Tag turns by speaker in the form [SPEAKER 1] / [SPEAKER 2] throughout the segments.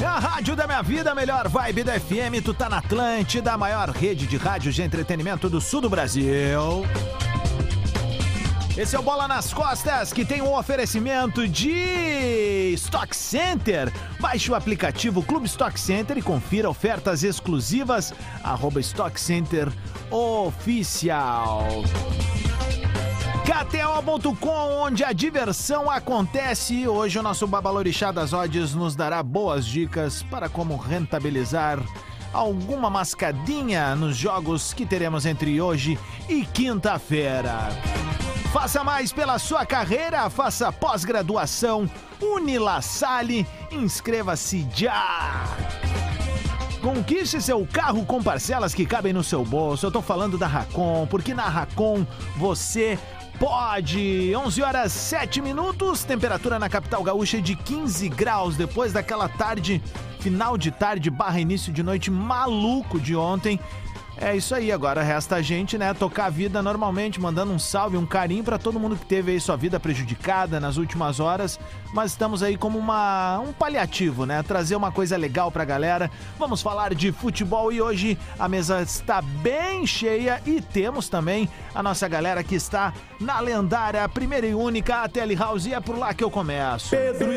[SPEAKER 1] É a rádio da minha vida, a melhor vibe da FM. Tu tá na Atlântida, a maior rede de rádios de entretenimento do sul do Brasil. Esse é o Bola nas Costas, que tem um oferecimento de Stock Center. Baixe o aplicativo Clube Stock Center e confira ofertas exclusivas. Arroba Stock Center Oficial. KTO.com, onde a diversão acontece. Hoje o nosso Babalorixá das Odds nos dará boas dicas para como rentabilizar alguma mascadinha nos jogos que teremos entre hoje e quinta-feira. Faça mais pela sua carreira, faça pós-graduação, Unila Sale, inscreva-se já! Conquiste seu carro com parcelas que cabem no seu bolso. Eu tô falando da Racon, porque na Racon você pode. 11 horas 7 minutos, temperatura na capital gaúcha é de 15 graus depois daquela tarde, final de tarde barra início de noite maluco de ontem. É isso aí, agora resta a gente, né, tocar a vida normalmente, mandando um salve, um carinho pra todo mundo que teve aí sua vida prejudicada nas últimas horas, mas estamos aí como uma um paliativo, né? Trazer uma coisa legal pra galera. Vamos falar de futebol e hoje a mesa está bem cheia e temos também a nossa galera que está na lendária, primeira e única, a Tele House, e é por lá que eu começo.
[SPEAKER 2] Pedro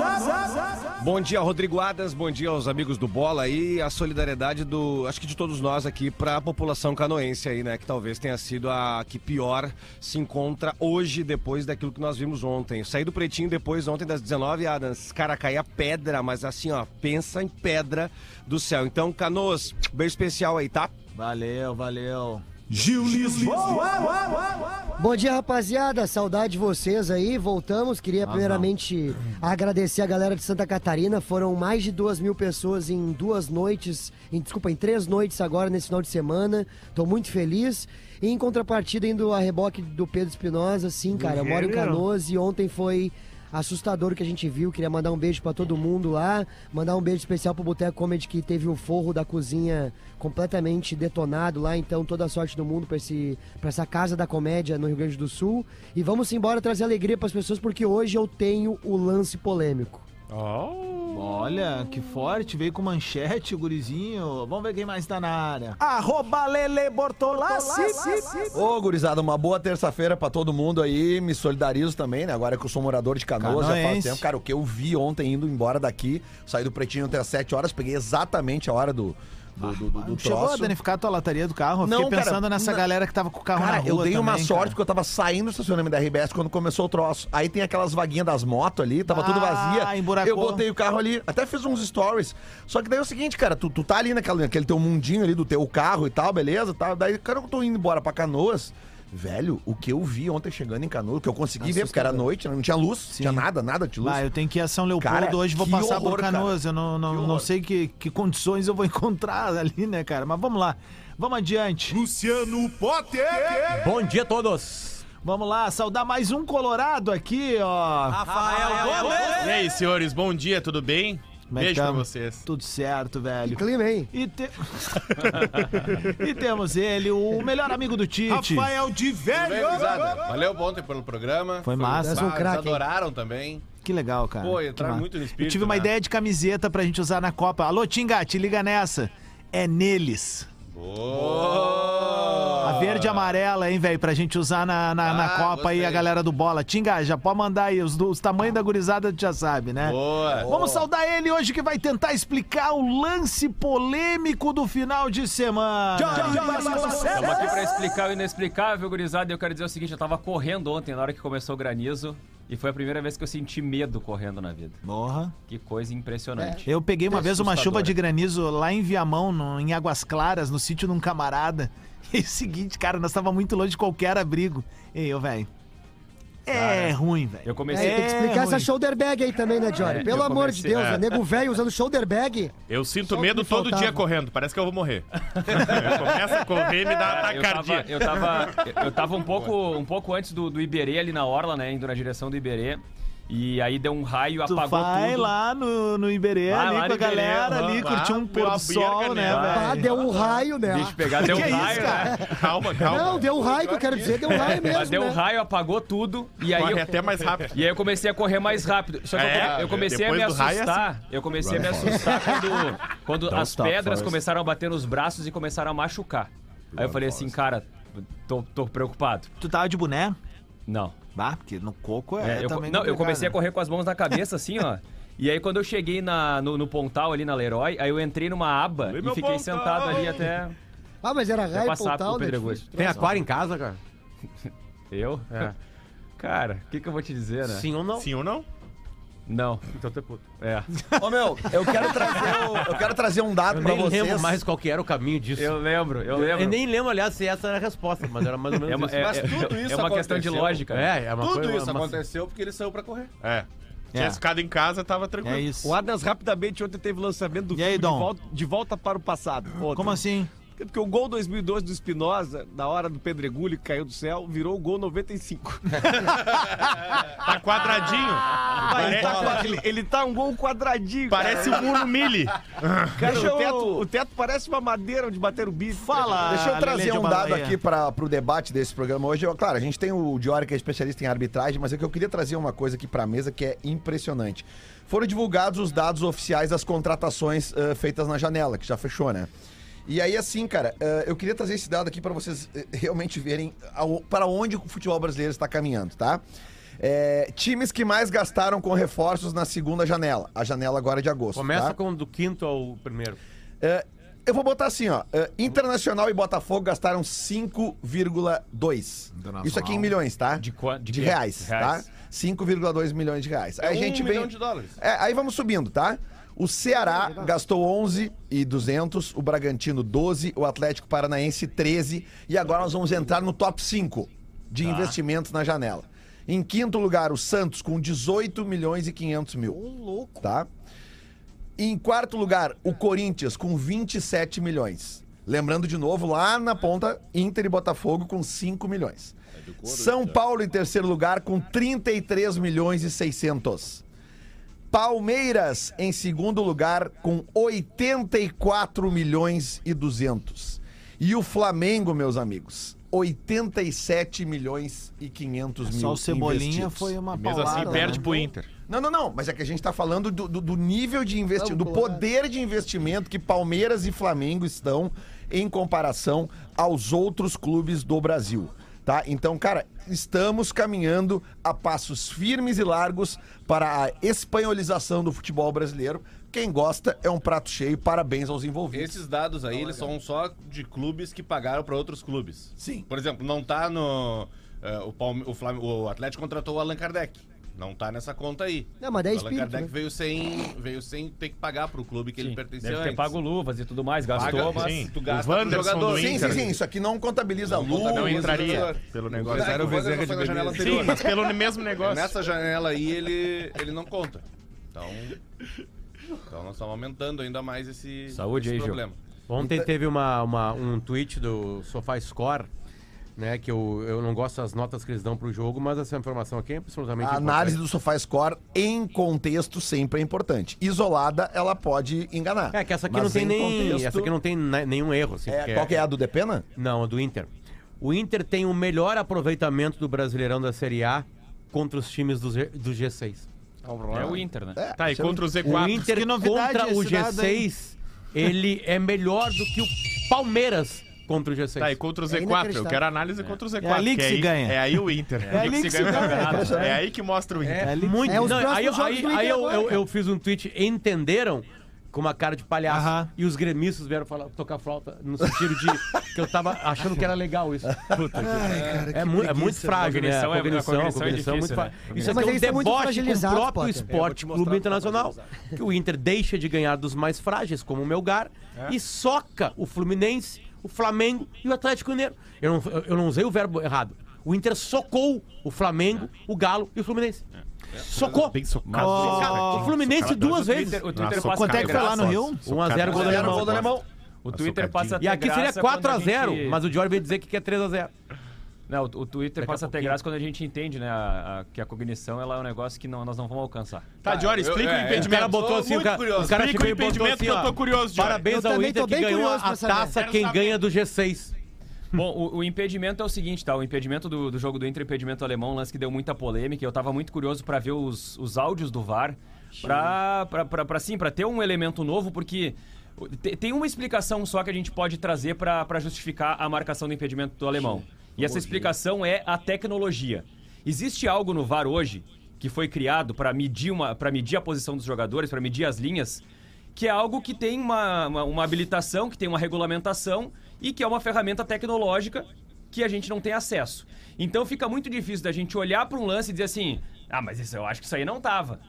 [SPEAKER 2] Espinosa.
[SPEAKER 3] Bom dia, Rodrigo Adas. Bom dia aos amigos do Bola e a solidariedade do, acho que de todos nós aqui para a população canoense aí, né, que talvez tenha sido a que pior se encontra hoje depois daquilo que nós vimos ontem. Saí do Pretinho depois ontem das 19 Adams. Cara, caía pedra, mas assim, ó, pensa em pedra do céu. Então, Canoas, beijo especial aí, tá?
[SPEAKER 1] Valeu, valeu.
[SPEAKER 2] Gil Lisboa.
[SPEAKER 4] Bom dia, rapaziada. Saudade de vocês aí. Voltamos. Queria primeiramente agradecer a galera de Santa Catarina. Foram mais de duas mil pessoas em duas noites, em, desculpa, em três noites agora nesse final de semana. Tô muito feliz. E em contrapartida, indo a reboque do Pedro Espinosa, sim, cara. Eu moro em Canoas e ontem foi assustador o que a gente viu. Queria mandar um beijo pra todo mundo lá. Mandar um beijo especial pro Boteco Comedy que teve o forro da cozinha completamente detonado lá. Então, toda a sorte do mundo pra, esse, pra essa casa da comédia no Rio Grande do Sul. E vamos embora trazer alegria pras pessoas, porque hoje eu tenho o lance polêmico.
[SPEAKER 1] Olha, que forte, veio com manchete, o gurizinho. Vamos ver quem mais tá na área. Arroba Lele Bortolassi.
[SPEAKER 5] Ô, gurizada, uma boa terça-feira pra todo mundo aí. Me solidarizo também, né? Agora que eu sou morador de Canoas, já faz
[SPEAKER 1] Canoense.
[SPEAKER 5] tempo. Cara, o que eu vi ontem indo embora daqui, saí do Pretinho ontem às 7 horas, peguei exatamente a hora do, do, do, do, do
[SPEAKER 1] Chegou a
[SPEAKER 5] troço.
[SPEAKER 1] danificar a tua lataria do carro? Eu
[SPEAKER 5] Não,
[SPEAKER 1] Fiquei pensando
[SPEAKER 5] cara,
[SPEAKER 1] nessa
[SPEAKER 5] não.
[SPEAKER 1] galera que tava com o carro Tá na
[SPEAKER 5] Cara,
[SPEAKER 1] rua
[SPEAKER 5] eu dei uma
[SPEAKER 1] também,
[SPEAKER 5] sorte
[SPEAKER 1] cara.
[SPEAKER 5] porque eu tava saindo do estacionamento da RBS quando começou o troço. Aí tem aquelas vaguinhas das motos ali, tava
[SPEAKER 1] Ah,
[SPEAKER 5] tudo vazia.
[SPEAKER 1] emburacou.
[SPEAKER 5] Eu botei o carro ali, até fiz uns stories. Só que daí é o seguinte, cara, tu, tu tá ali naquela, naquele teu mundinho ali do teu carro e tal, beleza? Tá, daí, cara, eu tô indo embora pra Canoas. Velho, o que eu vi ontem chegando em Canoas, o que eu consegui ver, porque era noite, né? não tinha luz, não tinha nada, nada de luz.
[SPEAKER 1] Ah, eu tenho que ir a São Leopoldo
[SPEAKER 5] Cara,
[SPEAKER 1] hoje, vou
[SPEAKER 5] que
[SPEAKER 1] passar por
[SPEAKER 5] horror, cara.
[SPEAKER 1] Canoas. Eu não, não,
[SPEAKER 5] Que
[SPEAKER 1] não
[SPEAKER 5] horror.
[SPEAKER 1] sei que, que condições eu vou encontrar ali, né, cara? Mas vamos lá. Vamos adiante.
[SPEAKER 2] Luciano Potter.
[SPEAKER 6] Bom dia a todos.
[SPEAKER 1] Vamos lá, saudar mais um Colorado aqui, ó.
[SPEAKER 5] Ah,
[SPEAKER 6] Rafael E aí, senhores, bom dia, tudo bem?
[SPEAKER 1] Como é que
[SPEAKER 6] Beijo pra
[SPEAKER 1] tamo?
[SPEAKER 6] vocês.
[SPEAKER 1] Tudo certo, velho.
[SPEAKER 4] Clima, hein?
[SPEAKER 1] E, te- e temos ele, o melhor amigo do Tite.
[SPEAKER 2] Rafael de
[SPEAKER 7] Bem,
[SPEAKER 2] Velho.
[SPEAKER 7] gurizada. Valeu ontem pelo programa.
[SPEAKER 1] Foi massa.
[SPEAKER 4] Parece um
[SPEAKER 7] Ah, eles
[SPEAKER 4] craque, hein?
[SPEAKER 7] adoraram também.
[SPEAKER 1] Que legal, cara.
[SPEAKER 7] Pô,
[SPEAKER 1] Que
[SPEAKER 7] entrar
[SPEAKER 1] massa.
[SPEAKER 7] muito no
[SPEAKER 1] Eu
[SPEAKER 7] espírito,
[SPEAKER 1] tive uma
[SPEAKER 7] né?
[SPEAKER 1] ideia de camiseta pra gente usar na Copa. Alô, Tinga, te liga nessa. É neles.
[SPEAKER 7] Boa!
[SPEAKER 1] A verde e amarela, hein, velho, pra gente usar na, na, na
[SPEAKER 7] Ah,
[SPEAKER 1] Copa aí,
[SPEAKER 7] gostei.
[SPEAKER 1] a galera do Bola. Tinga, já pode mandar aí, os, do- os tamanhos da gurizada tu já sabe, né?
[SPEAKER 7] Boa!
[SPEAKER 1] Vamos saudar ele hoje que vai tentar explicar o lance polêmico do final de semana.
[SPEAKER 8] Estamos aqui pra explicar o inexplicável, gurizada. E eu quero dizer o seguinte: eu tava correndo ontem, na hora que começou o granizo. E foi a primeira vez que eu senti medo correndo na vida.
[SPEAKER 1] Porra.
[SPEAKER 8] Que coisa impressionante.
[SPEAKER 1] Eu peguei uma vez uma chuva
[SPEAKER 8] Assustadora.
[SPEAKER 1] de granizo lá em Viamão, no- em Águas Claras, no sítio de um camarada. E é o seguinte, cara, nós tava muito longe de qualquer abrigo. E eu, velho. É ruim, velho.
[SPEAKER 8] Eu comecei.
[SPEAKER 4] É, tem que explicar
[SPEAKER 1] É,
[SPEAKER 4] essa
[SPEAKER 1] ruim.
[SPEAKER 4] shoulder bag aí também, né, Johnny?
[SPEAKER 8] É,
[SPEAKER 4] Pelo
[SPEAKER 8] eu
[SPEAKER 4] amor de
[SPEAKER 8] comecei-
[SPEAKER 4] Deus,
[SPEAKER 6] é.
[SPEAKER 4] né? nego velho usando shoulder bag.
[SPEAKER 6] Eu sinto
[SPEAKER 4] Só o que
[SPEAKER 6] medo
[SPEAKER 4] me
[SPEAKER 6] todo
[SPEAKER 4] faltava.
[SPEAKER 6] dia correndo, parece que eu vou morrer. eu começo a correr e me dá
[SPEAKER 8] Cara,
[SPEAKER 1] É.
[SPEAKER 7] É,
[SPEAKER 6] ataque
[SPEAKER 8] eu tava,
[SPEAKER 6] cardíaco.
[SPEAKER 8] eu tava, eu tava um pouco, um pouco antes do, do Iberê ali na orla, né, indo na direção do Iberê. E aí deu um raio,
[SPEAKER 1] Tu
[SPEAKER 8] apagou
[SPEAKER 1] vai
[SPEAKER 8] tudo.
[SPEAKER 1] lá no, no Iberê,
[SPEAKER 8] Vai
[SPEAKER 1] ali
[SPEAKER 8] lá
[SPEAKER 1] com
[SPEAKER 8] no
[SPEAKER 1] a
[SPEAKER 8] Iberê,
[SPEAKER 1] galera ali,
[SPEAKER 6] vamos lá,
[SPEAKER 1] curtir um
[SPEAKER 6] ver
[SPEAKER 1] pôr
[SPEAKER 6] a
[SPEAKER 1] do sol,
[SPEAKER 6] birca,
[SPEAKER 1] né,
[SPEAKER 6] né?
[SPEAKER 4] Ah,
[SPEAKER 9] Tá
[SPEAKER 1] velho?
[SPEAKER 4] deu um raio, né?
[SPEAKER 8] É. Bicho, pegar, deu um
[SPEAKER 1] Que é isso,
[SPEAKER 8] raio,
[SPEAKER 1] cara? É
[SPEAKER 8] né?
[SPEAKER 6] Calma, calma.
[SPEAKER 4] Não, deu um raio que eu quero dizer, deu um raio mesmo.
[SPEAKER 8] Mas deu
[SPEAKER 4] né?
[SPEAKER 8] um raio, apagou tudo. E aí,
[SPEAKER 6] Corre
[SPEAKER 8] eu,
[SPEAKER 6] até mais rápido.
[SPEAKER 8] e aí eu comecei a correr mais rápido. Só que eu
[SPEAKER 6] É,
[SPEAKER 8] come- eu comecei a
[SPEAKER 6] depois
[SPEAKER 8] me
[SPEAKER 6] do raio é
[SPEAKER 8] assustar. Eu comecei a me assustar quando, quando
[SPEAKER 6] um
[SPEAKER 8] as pedras começaram a bater nos braços e começaram a machucar. Aí eu
[SPEAKER 6] um
[SPEAKER 8] falei assim, cara, tô, tô preocupado.
[SPEAKER 1] Tu tava de boné?
[SPEAKER 8] Não.
[SPEAKER 1] Bah, porque no coco
[SPEAKER 8] É,
[SPEAKER 1] é,
[SPEAKER 8] eu, co-
[SPEAKER 1] também
[SPEAKER 8] não, eu
[SPEAKER 1] complicado,
[SPEAKER 8] comecei a
[SPEAKER 1] né?
[SPEAKER 8] correr com as mãos na cabeça, assim, ó. E aí, quando eu cheguei na- no, no pontal ali na Leroy, aí eu entrei numa aba e
[SPEAKER 6] meu
[SPEAKER 8] fiquei
[SPEAKER 6] pontal!
[SPEAKER 8] sentado ali até
[SPEAKER 4] Ah, mas era
[SPEAKER 8] até
[SPEAKER 4] raio
[SPEAKER 8] passar
[SPEAKER 4] pontal,
[SPEAKER 8] pro
[SPEAKER 4] né?
[SPEAKER 8] Pedregulho.
[SPEAKER 3] Tem aquário em casa, cara?
[SPEAKER 8] Eu?
[SPEAKER 6] É.
[SPEAKER 8] Cara, o que, que eu vou te dizer, né?
[SPEAKER 3] Sim ou não?
[SPEAKER 6] Sim ou não?
[SPEAKER 8] Não.
[SPEAKER 6] Então tu é puto.
[SPEAKER 8] É.
[SPEAKER 5] Ô, meu, eu quero trazer, o- eu quero trazer um dado pra
[SPEAKER 9] Nem
[SPEAKER 5] vocês.
[SPEAKER 9] lembro mais qual que era o caminho disso.
[SPEAKER 8] Eu lembro, eu
[SPEAKER 9] Eu
[SPEAKER 8] lembro.
[SPEAKER 9] nem lembro, aliás, se essa era a resposta, mas era mais ou menos
[SPEAKER 8] É uma,
[SPEAKER 9] isso.
[SPEAKER 8] é-
[SPEAKER 7] Mas
[SPEAKER 8] é-
[SPEAKER 7] tudo isso
[SPEAKER 8] é uma questão de
[SPEAKER 7] aconteceu.
[SPEAKER 8] lógica. né?
[SPEAKER 9] é, é uma
[SPEAKER 7] Tudo
[SPEAKER 9] coisa-
[SPEAKER 7] isso
[SPEAKER 9] uma-
[SPEAKER 7] aconteceu porque ele saiu pra correr.
[SPEAKER 6] É.
[SPEAKER 1] É.
[SPEAKER 6] Tinha ficado em casa, tava tranquilo.
[SPEAKER 1] É isso.
[SPEAKER 3] O Adams rapidamente ontem teve o lançamento do
[SPEAKER 1] E aí,
[SPEAKER 3] filme
[SPEAKER 1] Dom?
[SPEAKER 3] de, volta, De Volta para o passado. Ontem.
[SPEAKER 1] Como assim?
[SPEAKER 3] Porque o gol 2002 do Espinosa, na hora do Pedregulho que caiu do céu, virou o gol 95.
[SPEAKER 6] Tá quadradinho.
[SPEAKER 7] Ah,
[SPEAKER 3] Pai, ele,
[SPEAKER 6] Pare-
[SPEAKER 3] tá, quadra- ele- ele tá um gol quadradinho.
[SPEAKER 6] Parece um Uno Mili.
[SPEAKER 3] cara. Cara,
[SPEAKER 1] Deixa
[SPEAKER 3] o,
[SPEAKER 1] eu-
[SPEAKER 3] teto, o teto parece uma madeira onde bater o bife.
[SPEAKER 1] Fala!
[SPEAKER 5] Deixa eu
[SPEAKER 1] Lelê
[SPEAKER 5] trazer
[SPEAKER 1] de
[SPEAKER 5] um dado
[SPEAKER 1] Abalaia.
[SPEAKER 5] aqui para o debate desse programa hoje. Eu, claro, a gente tem o Diori, que é especialista em arbitragem, mas é que eu queria trazer uma coisa aqui para a mesa que é impressionante. Foram divulgados os dados oficiais das contratações eh, feitas na janela, que já fechou, né? E aí, assim, cara, eh, eu queria trazer esse dado aqui para vocês eh, realmente verem ao- para onde o futebol brasileiro está caminhando, tá? Eh, times que mais gastaram com reforços na segunda janela, a janela agora de agosto.
[SPEAKER 9] Começa
[SPEAKER 5] tá?
[SPEAKER 9] com do quinto ao primeiro.
[SPEAKER 5] É, eu vou botar assim, ó. É, Internacional e Botafogo gastaram 5,2. Isso aqui em milhões, tá?
[SPEAKER 8] De qua- de
[SPEAKER 5] De
[SPEAKER 8] quê?
[SPEAKER 5] reais,
[SPEAKER 8] Reais.
[SPEAKER 5] tá? 5,2 milhões de reais. Aí a
[SPEAKER 7] um
[SPEAKER 5] gente
[SPEAKER 7] milhão
[SPEAKER 5] vem...
[SPEAKER 7] de dólares.
[SPEAKER 5] É, aí vamos subindo, tá? O Ceará gastou 11,200, o Bragantino 12, o Atlético Paranaense 13 e agora nós vamos entrar no top 5 de
[SPEAKER 8] Tá.
[SPEAKER 5] investimentos na janela. Em quinto lugar, o Santos com 18 milhões e 500 mil. louco. Tá? Em quarto lugar, o Corinthians com 27 milhões. Lembrando de novo, lá na ponta, Inter e Botafogo com 5 milhões. São Paulo em terceiro lugar com 33 milhões e 600. Palmeiras em segundo lugar com 84 milhões e 200. E o Flamengo, meus amigos, 87 milhões e 500 mil.
[SPEAKER 1] É Só o Cebolinha
[SPEAKER 5] investidos.
[SPEAKER 1] foi uma
[SPEAKER 6] Mesmo
[SPEAKER 1] paulada,
[SPEAKER 6] assim, perde
[SPEAKER 1] né?
[SPEAKER 6] pro Inter.
[SPEAKER 5] Não, não, não. Mas é que a gente tá falando do, do- do nível de investimento, do
[SPEAKER 4] Vamos pular.
[SPEAKER 5] poder de investimento que Palmeiras e Flamengo estão em comparação aos outros clubes do Brasil. Tá? Então, cara, estamos caminhando a passos firmes e largos para a espanholização do futebol brasileiro. Quem gosta é um prato cheio. Parabéns aos envolvidos.
[SPEAKER 7] Esses dados aí, eles são só de clubes que pagaram pra outros clubes.
[SPEAKER 5] Sim.
[SPEAKER 7] Por exemplo, não tá no... eh, o, Palme... o, Flam- o Atlético contratou o Allan Kardec. Não tá nessa conta aí.
[SPEAKER 4] Não, mas daí é
[SPEAKER 7] o Allan
[SPEAKER 4] espírito,
[SPEAKER 7] Kardec
[SPEAKER 4] né?
[SPEAKER 7] veio, sem, veio sem ter que pagar pro clube que
[SPEAKER 8] Sim,
[SPEAKER 7] ele pertenceu
[SPEAKER 8] Deve ter
[SPEAKER 7] antes.
[SPEAKER 8] pago luvas e tudo mais, gastou,
[SPEAKER 7] Paga-
[SPEAKER 8] mas...
[SPEAKER 6] sim.
[SPEAKER 7] tu
[SPEAKER 6] O
[SPEAKER 7] gasta pro
[SPEAKER 6] Wanderson
[SPEAKER 7] jogador.
[SPEAKER 6] do
[SPEAKER 5] Sim,
[SPEAKER 6] Inter. né?
[SPEAKER 5] sim, sim. Isso aqui não contabiliza luz.
[SPEAKER 6] Não é
[SPEAKER 7] Mas
[SPEAKER 6] entraria
[SPEAKER 7] jogador-
[SPEAKER 6] pelo
[SPEAKER 7] Mas
[SPEAKER 6] negócio.
[SPEAKER 7] era o Bezerra de janela
[SPEAKER 6] Sim,
[SPEAKER 7] anterior.
[SPEAKER 6] mas pelo mesmo negócio.
[SPEAKER 7] Nessa janela aí, ele, ele não conta. Então... Então nós estamos aumentando ainda mais esse,
[SPEAKER 8] Saúde
[SPEAKER 7] esse
[SPEAKER 8] aí, Gil.
[SPEAKER 7] problema.
[SPEAKER 9] Ontem teve uma, uma- um tweet do Sofá Score, né? Que eu, eu não gosto das notas que eles dão pro jogo, mas essa informação aqui é absolutamente
[SPEAKER 5] A análise do SofaScore em contexto sempre é importante. Isolada, ela pode enganar.
[SPEAKER 9] É que essa aqui
[SPEAKER 5] Mas
[SPEAKER 9] não tem
[SPEAKER 5] em
[SPEAKER 9] nem.
[SPEAKER 5] contexto-
[SPEAKER 9] Essa aqui não tem na- nenhum erro. Assim,
[SPEAKER 5] É,
[SPEAKER 9] porque-
[SPEAKER 5] qual que é a do Depena?
[SPEAKER 9] Não, a do Inter. O Inter tem o melhor aproveitamento do Brasileirão da Série A contra os times do, G, do G6.
[SPEAKER 8] É o Inter, né?
[SPEAKER 5] É,
[SPEAKER 6] Tá, e
[SPEAKER 5] isso é
[SPEAKER 6] contra o
[SPEAKER 9] O
[SPEAKER 6] Z4.
[SPEAKER 9] Inter
[SPEAKER 1] que novidade
[SPEAKER 9] contra o
[SPEAKER 1] esse dado,
[SPEAKER 9] G6, ele é melhor do que o Palmeiras contra o G6.
[SPEAKER 6] Tá, e contra o Z4. Eu
[SPEAKER 4] inacreditável.
[SPEAKER 6] quero análise contra o Z4.
[SPEAKER 1] ali que
[SPEAKER 6] é
[SPEAKER 1] se ganha.
[SPEAKER 6] É aí o Inter.
[SPEAKER 1] É ali que se ganha.
[SPEAKER 6] É aí que mostra o Inter.
[SPEAKER 9] É,
[SPEAKER 1] ali-
[SPEAKER 9] muito.
[SPEAKER 4] É os
[SPEAKER 9] Não, aí eu-
[SPEAKER 4] próximos jogos
[SPEAKER 9] aí-
[SPEAKER 4] do Inter
[SPEAKER 9] aí eu,
[SPEAKER 4] agora,
[SPEAKER 9] eu-
[SPEAKER 4] cara.
[SPEAKER 9] eu fiz um tweet, entenderam? Com uma cara de palhaço.
[SPEAKER 1] Aham.
[SPEAKER 9] E os gremistas vieram falar, tocar flauta no sentido de que eu tava achando que era legal isso. é, mu- é muito frágil, né?
[SPEAKER 8] Cognição é- a
[SPEAKER 9] a
[SPEAKER 8] cognição é
[SPEAKER 9] cognição é muito
[SPEAKER 8] difícil,
[SPEAKER 9] frágil.
[SPEAKER 8] né?
[SPEAKER 9] Isso
[SPEAKER 4] Mas
[SPEAKER 9] aqui é um
[SPEAKER 4] eles são muito
[SPEAKER 9] deboche com o
[SPEAKER 4] fragilizados,
[SPEAKER 9] próprio
[SPEAKER 4] Potter.
[SPEAKER 9] esporte clube internacional. Que o Inter deixa de ganhar dos mais frágeis, como o Melgar,
[SPEAKER 8] É.
[SPEAKER 9] e soca o Fluminense, o Flamengo e o Atlético Mineiro. Eu não, eu não usei o verbo errado. O Inter socou o Flamengo, o Galo e o Fluminense. Socou.
[SPEAKER 6] Bem socado.
[SPEAKER 9] O Fluminense duas
[SPEAKER 8] O Twitter,
[SPEAKER 9] vezes.
[SPEAKER 8] o Twitter
[SPEAKER 6] Nossa,
[SPEAKER 8] passa
[SPEAKER 1] Quanto é que foi lá no
[SPEAKER 8] graça.
[SPEAKER 1] Rio?
[SPEAKER 9] 1x0 gol do
[SPEAKER 5] Zero gol do
[SPEAKER 9] alemão.
[SPEAKER 5] alemão.
[SPEAKER 8] O Twitter passa
[SPEAKER 9] E aqui
[SPEAKER 8] até
[SPEAKER 9] seria
[SPEAKER 8] graça quando é a
[SPEAKER 9] 4x0,
[SPEAKER 8] gente-
[SPEAKER 9] é mas o Dior veio dizer que quer 3x0.
[SPEAKER 8] Não, o, o Twitter
[SPEAKER 9] Daqui a
[SPEAKER 8] passa a ter
[SPEAKER 9] pouquinho.
[SPEAKER 8] graça quando a gente entende, né? a- a- que a cognição ela é um negócio que não, nós não vamos alcançar.
[SPEAKER 6] Tá, Jory, explica
[SPEAKER 7] eu-
[SPEAKER 6] o
[SPEAKER 7] é,
[SPEAKER 9] O cara
[SPEAKER 6] impedimento.
[SPEAKER 9] botou assim, o cara, o cara
[SPEAKER 6] Explica
[SPEAKER 9] chegou
[SPEAKER 6] o
[SPEAKER 9] e botou
[SPEAKER 6] impedimento
[SPEAKER 9] assim,
[SPEAKER 6] que eu
[SPEAKER 9] ó,
[SPEAKER 6] tô curioso, Jory.
[SPEAKER 9] Parabéns
[SPEAKER 4] Eu
[SPEAKER 9] ao
[SPEAKER 4] também tô
[SPEAKER 9] Inter que
[SPEAKER 4] bem
[SPEAKER 9] ganhou
[SPEAKER 4] curioso pra
[SPEAKER 9] a
[SPEAKER 4] saber.
[SPEAKER 9] taça
[SPEAKER 6] Quero
[SPEAKER 9] quem
[SPEAKER 6] saber.
[SPEAKER 9] ganha do G6.
[SPEAKER 8] Bom, o, o impedimento é o seguinte, tá? O impedimento do, do jogo do Inter, o impedimento alemão, um lance que deu muita polêmica. Eu tava muito curioso pra ver os, os áudios do VAR, pra, pra, pra, pra, sim, pra ter um elemento novo, porque o- te- tem uma explicação só que a gente pode trazer pra pra justificar a marcação do impedimento do alemão. E essa explicação é a tecnologia. Existe algo no VAR hoje que foi criado pra medir uma para medir a posição dos jogadores, pra medir as linhas, que é algo que tem uma, uma, uma habilitação, que tem uma regulamentação e que é uma ferramenta tecnológica que a gente não tem acesso. Então fica muito difícil da gente olhar para um lance e dizer assim: ah, mas isso, eu acho que isso aí não tava.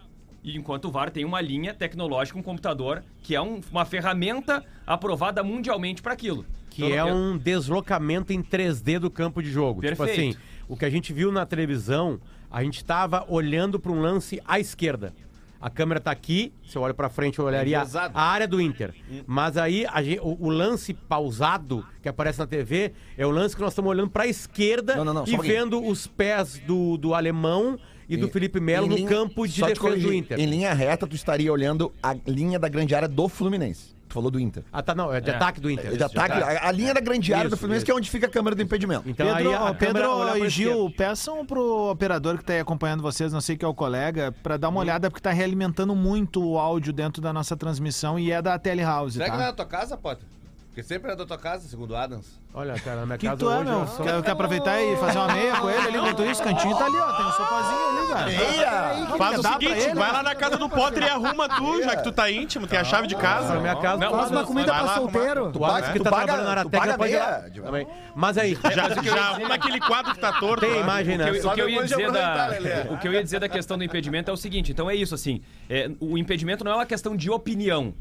[SPEAKER 8] E enquanto o VAR tem uma linha tecnológica, um computador, que é um- uma ferramenta aprovada mundialmente para aquilo.
[SPEAKER 9] Que
[SPEAKER 8] Então,
[SPEAKER 9] é
[SPEAKER 8] eu-
[SPEAKER 9] um deslocamento em 3D do campo de jogo. Tipo
[SPEAKER 8] Perfeito.
[SPEAKER 9] assim, o que a gente viu na televisão, a gente tava olhando para um lance à esquerda. A câmera tá aqui, se eu olho para frente, eu olharia a área do Inter. Mas aí a ge- o, o lance pausado que aparece na TV é o lance que nós estamos olhando para a esquerda
[SPEAKER 5] Não, não, não, só
[SPEAKER 9] e
[SPEAKER 5] um pouquinho.
[SPEAKER 9] vendo os pés do, do alemão e, do
[SPEAKER 5] Em-
[SPEAKER 9] Felipe Melo
[SPEAKER 5] em
[SPEAKER 9] no
[SPEAKER 5] linha-
[SPEAKER 9] campo de
[SPEAKER 5] só
[SPEAKER 9] defesa
[SPEAKER 5] te
[SPEAKER 9] do
[SPEAKER 5] corrigir,
[SPEAKER 9] Inter.
[SPEAKER 5] Em linha reta, tu estaria olhando a linha da grande área do Fluminense. Tu falou do Inter.
[SPEAKER 9] Ah, tá, não, é de
[SPEAKER 8] É.
[SPEAKER 9] ataque do Inter.
[SPEAKER 5] De ataque, a, a linha da grande área
[SPEAKER 9] Isso,
[SPEAKER 5] do Fluminense,
[SPEAKER 9] isso.
[SPEAKER 5] que é onde fica a câmera do impedimento.
[SPEAKER 9] Então
[SPEAKER 1] Pedro,
[SPEAKER 9] aí a
[SPEAKER 1] ó, Pedro
[SPEAKER 9] câmera olha pra
[SPEAKER 1] e Gil,
[SPEAKER 9] esquerda.
[SPEAKER 1] peçam pro operador que tá aí acompanhando vocês, não sei que é o colega, pra dar uma olhada, porque tá realimentando muito o áudio dentro da nossa transmissão e é da Telehouse,
[SPEAKER 7] Será que não é
[SPEAKER 1] tá?
[SPEAKER 7] da tua casa, Potter? Porque sempre é da tua casa, segundo o Adams.
[SPEAKER 9] Olha, cara, na minha
[SPEAKER 1] Que
[SPEAKER 9] casa
[SPEAKER 1] tu é,
[SPEAKER 9] hoje...
[SPEAKER 1] meu?
[SPEAKER 9] ó, só-
[SPEAKER 1] Quer, quer aproveitar e fazer uma meia com ele ali enquanto isso? Cantinho tá ali, ó. Tem um sofazinho ali, cara.
[SPEAKER 5] Meia!
[SPEAKER 6] Faz o
[SPEAKER 1] Dá pra
[SPEAKER 6] seguinte,
[SPEAKER 1] ele,
[SPEAKER 6] vai
[SPEAKER 1] né?
[SPEAKER 6] lá na casa do Potter e arruma tu, já que tu tá íntimo, tem a chave de casa.
[SPEAKER 9] Na minha casa,
[SPEAKER 6] Não,
[SPEAKER 9] tu
[SPEAKER 4] Faz
[SPEAKER 6] mas
[SPEAKER 4] uma
[SPEAKER 6] não,
[SPEAKER 4] comida
[SPEAKER 6] vai
[SPEAKER 4] pra
[SPEAKER 6] lá arrumar.
[SPEAKER 4] solteiro.
[SPEAKER 9] Tu paga, que
[SPEAKER 5] tu
[SPEAKER 9] tá
[SPEAKER 5] paga-
[SPEAKER 9] trabalhando na
[SPEAKER 5] tu
[SPEAKER 9] Arateca,
[SPEAKER 5] paga é,
[SPEAKER 9] pode ir lá.
[SPEAKER 5] meia, Diva.
[SPEAKER 9] Também. Mas aí,
[SPEAKER 6] Já, já arruma aquele quadro que tá torto.
[SPEAKER 9] tem a
[SPEAKER 6] lá.
[SPEAKER 9] imagem,
[SPEAKER 8] O
[SPEAKER 9] né?
[SPEAKER 8] que eu- o que eu ia
[SPEAKER 7] depois de
[SPEAKER 8] dizer da-
[SPEAKER 7] aproveitar, Lelê.
[SPEAKER 8] o que eu ia dizer da questão do impedimento é o seguinte: então é isso, assim. é, o impedimento não é uma questão de opinião,